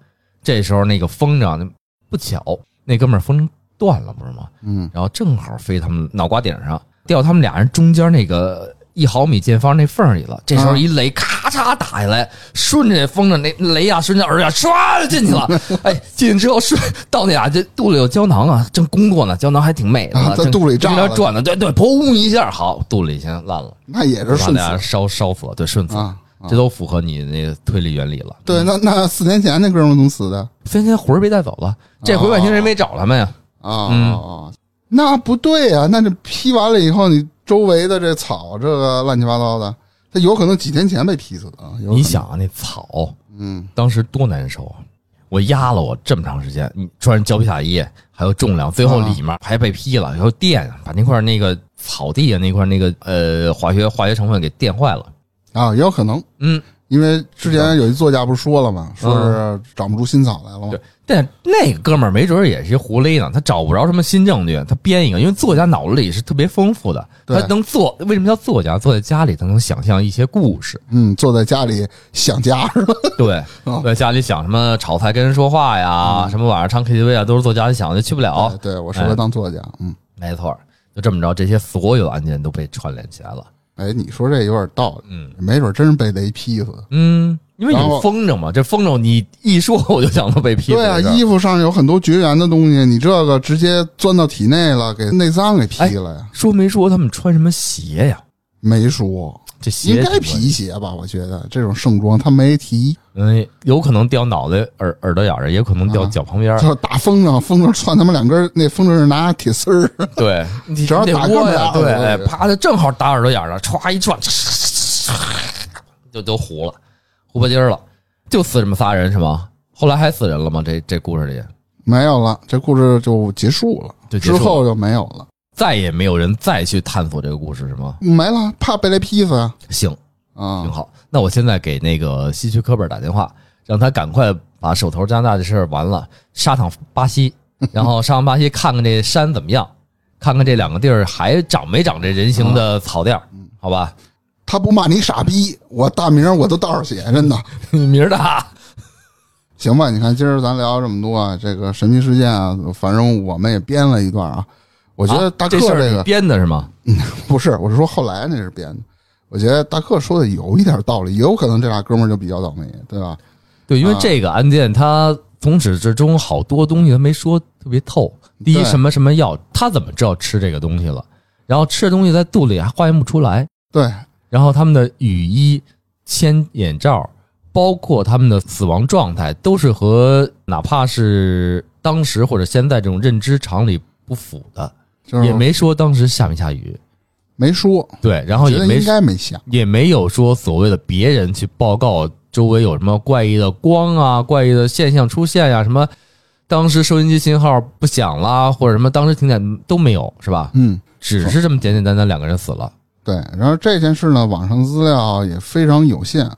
Speaker 2: 这时候那个风筝就不巧，那哥们儿风筝断了，不是吗？
Speaker 1: 嗯，
Speaker 2: 然后正好飞他们脑瓜顶上，掉他们俩人中间那个一毫米见方那缝儿里了。这时
Speaker 1: 啊
Speaker 2: 候一雷咔嚓打下来，顺着这风筝那雷啊，顺着耳朵唰就进 去了。哎，进去之后顺到那俩这肚里有胶囊啊，正工作呢，胶囊还挺美的呢
Speaker 1: 啊，在
Speaker 2: 正
Speaker 1: 肚里炸了
Speaker 2: 正在那转呢，对对，砰一下，好，肚里先烂了，
Speaker 1: 那也是
Speaker 2: 把
Speaker 1: 顺
Speaker 2: 俩
Speaker 1: 死
Speaker 2: 烧烧死了，对，顺死了。
Speaker 1: 啊。啊
Speaker 2: 这都符合你那个推理原理了。
Speaker 1: 对，那那四年前那哥们儿怎么死的
Speaker 2: 三天魂儿被带走了，这回外星人没找他们呀。
Speaker 1: 啊、
Speaker 2: 嗯
Speaker 1: 哦那不对啊，那这劈完了以后，你周围的这草这个乱七八糟的，他有可能几天前被劈死的啊。有可能
Speaker 2: 你，想啊，那草，
Speaker 1: 嗯，
Speaker 2: 当时多难受啊！我压了我这么长时间，你穿着胶皮大衣，还有重量，最后
Speaker 1: 啊
Speaker 2: 里面还被劈了，然后电把那块那个草地啊那块那个呃化学化学成分给电坏了。
Speaker 1: 啊，也有可能，
Speaker 2: 嗯，
Speaker 1: 因为之前有一作家不是说了吗？说是长不出新草来了吗？
Speaker 2: 对。但那个哥们儿没准儿也是胡勒呢，他找不着什么新证据，他编一个，因为作家脑子里是特别丰富的，
Speaker 1: 对
Speaker 2: 他能做。为什么叫作家？坐在家里，他能想象一些故事。
Speaker 1: 嗯，坐在家里想家是吧？
Speaker 2: 对
Speaker 1: 哦，嗯
Speaker 2: 在家里想什么炒菜跟人说话呀，什么晚上唱 KTV 啊，都是坐家里想的，去不了。
Speaker 1: 哎对我适合当作家，嗯。
Speaker 2: 没错儿，就这么着，这些所有案件都被串联起来了。
Speaker 1: 哎，你说这有点道理，
Speaker 2: 嗯
Speaker 1: 没准真是被雷劈死。
Speaker 2: 嗯，因为
Speaker 1: 然后
Speaker 2: 有风筝嘛，这风筝你一说我就想到被劈死
Speaker 1: 对
Speaker 2: 的
Speaker 1: 啊，
Speaker 2: 事儿。
Speaker 1: 衣服上有很多绝缘的东西，你这个直接钻到体内了，给内脏给
Speaker 2: 哎
Speaker 1: 劈了呀？
Speaker 2: 说没说他们穿什么鞋呀？
Speaker 1: 没说，
Speaker 2: 这鞋
Speaker 1: 应该
Speaker 2: 挺关
Speaker 1: 皮
Speaker 2: 键。
Speaker 1: 鞋吧？我觉得这种盛装他没提，
Speaker 2: 嗯，有可能掉脑袋耳耳朵眼儿，也有可能
Speaker 1: 啊
Speaker 2: 掉脚旁边儿。
Speaker 1: 就是打风筝，风筝窜他们两根儿，那风筝是拿铁丝儿，
Speaker 2: 对，你
Speaker 1: 只要
Speaker 2: 得
Speaker 1: 打啊
Speaker 2: 窝
Speaker 1: 胳膊
Speaker 2: 呀，
Speaker 1: 打
Speaker 2: 对，
Speaker 1: 耳朵
Speaker 2: 哎
Speaker 1: 眼儿
Speaker 2: 啪，他正好打耳朵眼儿了，歘一转，就都糊了，糊吧唧儿了，就死这么仨人是吗？后来还死人了吗？这这故事里
Speaker 1: 没有了，这故事就结束了，
Speaker 2: 就结
Speaker 1: 之
Speaker 2: 束了
Speaker 1: 后就没有了，
Speaker 2: 再也没有人再去探索这个故事是吗？
Speaker 1: 没了，怕被雷劈死啊！
Speaker 2: 行，挺
Speaker 1: 啊，
Speaker 2: 好。那我现在给那个西区科本打电话，让他赶快把手头加拿大的事儿完了，杀趟 巴西，然后上巴西看看这山怎么样，看看这两个地儿还长没长这人形
Speaker 1: 啊
Speaker 2: 的草甸儿，
Speaker 1: 嗯
Speaker 2: 好吧？
Speaker 1: 他不骂你傻逼，我大名我都倒着写，真的。
Speaker 2: 名儿大，
Speaker 1: 行吧，你看今儿咱聊这么多啊，这个神秘事件啊，反正我们也编了一段啊。我
Speaker 2: 我
Speaker 1: 觉得大克
Speaker 2: 这事儿
Speaker 1: 个、
Speaker 2: 你编的是吗？
Speaker 1: 不是，我是说后来那是编的。我觉得大克说的有一点道理，也有可能这俩哥们儿就比较倒霉，对吧？
Speaker 2: 对，
Speaker 1: 啊
Speaker 2: 因为这个案件他从始至终好多东西他没说特别透。第一，
Speaker 1: 对
Speaker 2: 什么什么药，他怎么知道吃这个东西了？然后吃的东西在肚里还化验不出来，
Speaker 1: 对，
Speaker 2: 然后他们的雨衣、牵眼罩，包括他们的死亡状态，都是和哪怕是当时或者现在这种认知常理不符的，
Speaker 1: 就是
Speaker 2: 也没说当时下没下雨，
Speaker 1: 没说，
Speaker 2: 对，然后
Speaker 1: 觉
Speaker 2: 哦也
Speaker 1: 得
Speaker 2: 没
Speaker 1: 应该没想。
Speaker 2: 也没有说所谓的别人去报告周围有什么怪异的光啊、怪异的现象出现呀、啊什么当时收音机信号不响啦，或者什么当时停电都没有，是吧？
Speaker 1: 嗯，
Speaker 2: 只是这么简简单单两个人死了，
Speaker 1: 对。然后这件事呢，网上资料也非常有限。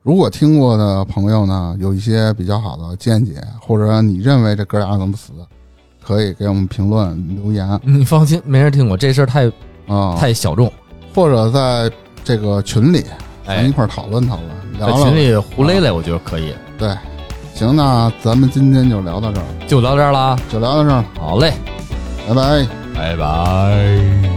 Speaker 1: 如果听过的朋友呢，有一些比较好的见解，或者你认为这哥俩怎么死的，可以给我们评论留言啊、
Speaker 2: 你放心，没人听我这事儿太太小众。
Speaker 1: 或者在这个群里，咱
Speaker 2: 哎
Speaker 1: 一，块儿讨论讨论，聊
Speaker 2: 在
Speaker 1: 聊。
Speaker 2: 群里胡勒勒，我觉得可以，
Speaker 1: 对，行，那咱们今天就聊到这儿了，
Speaker 2: 就到这儿啦。
Speaker 1: 就聊到这儿了，
Speaker 2: 好嘞，
Speaker 1: 拜拜。
Speaker 2: 拜拜。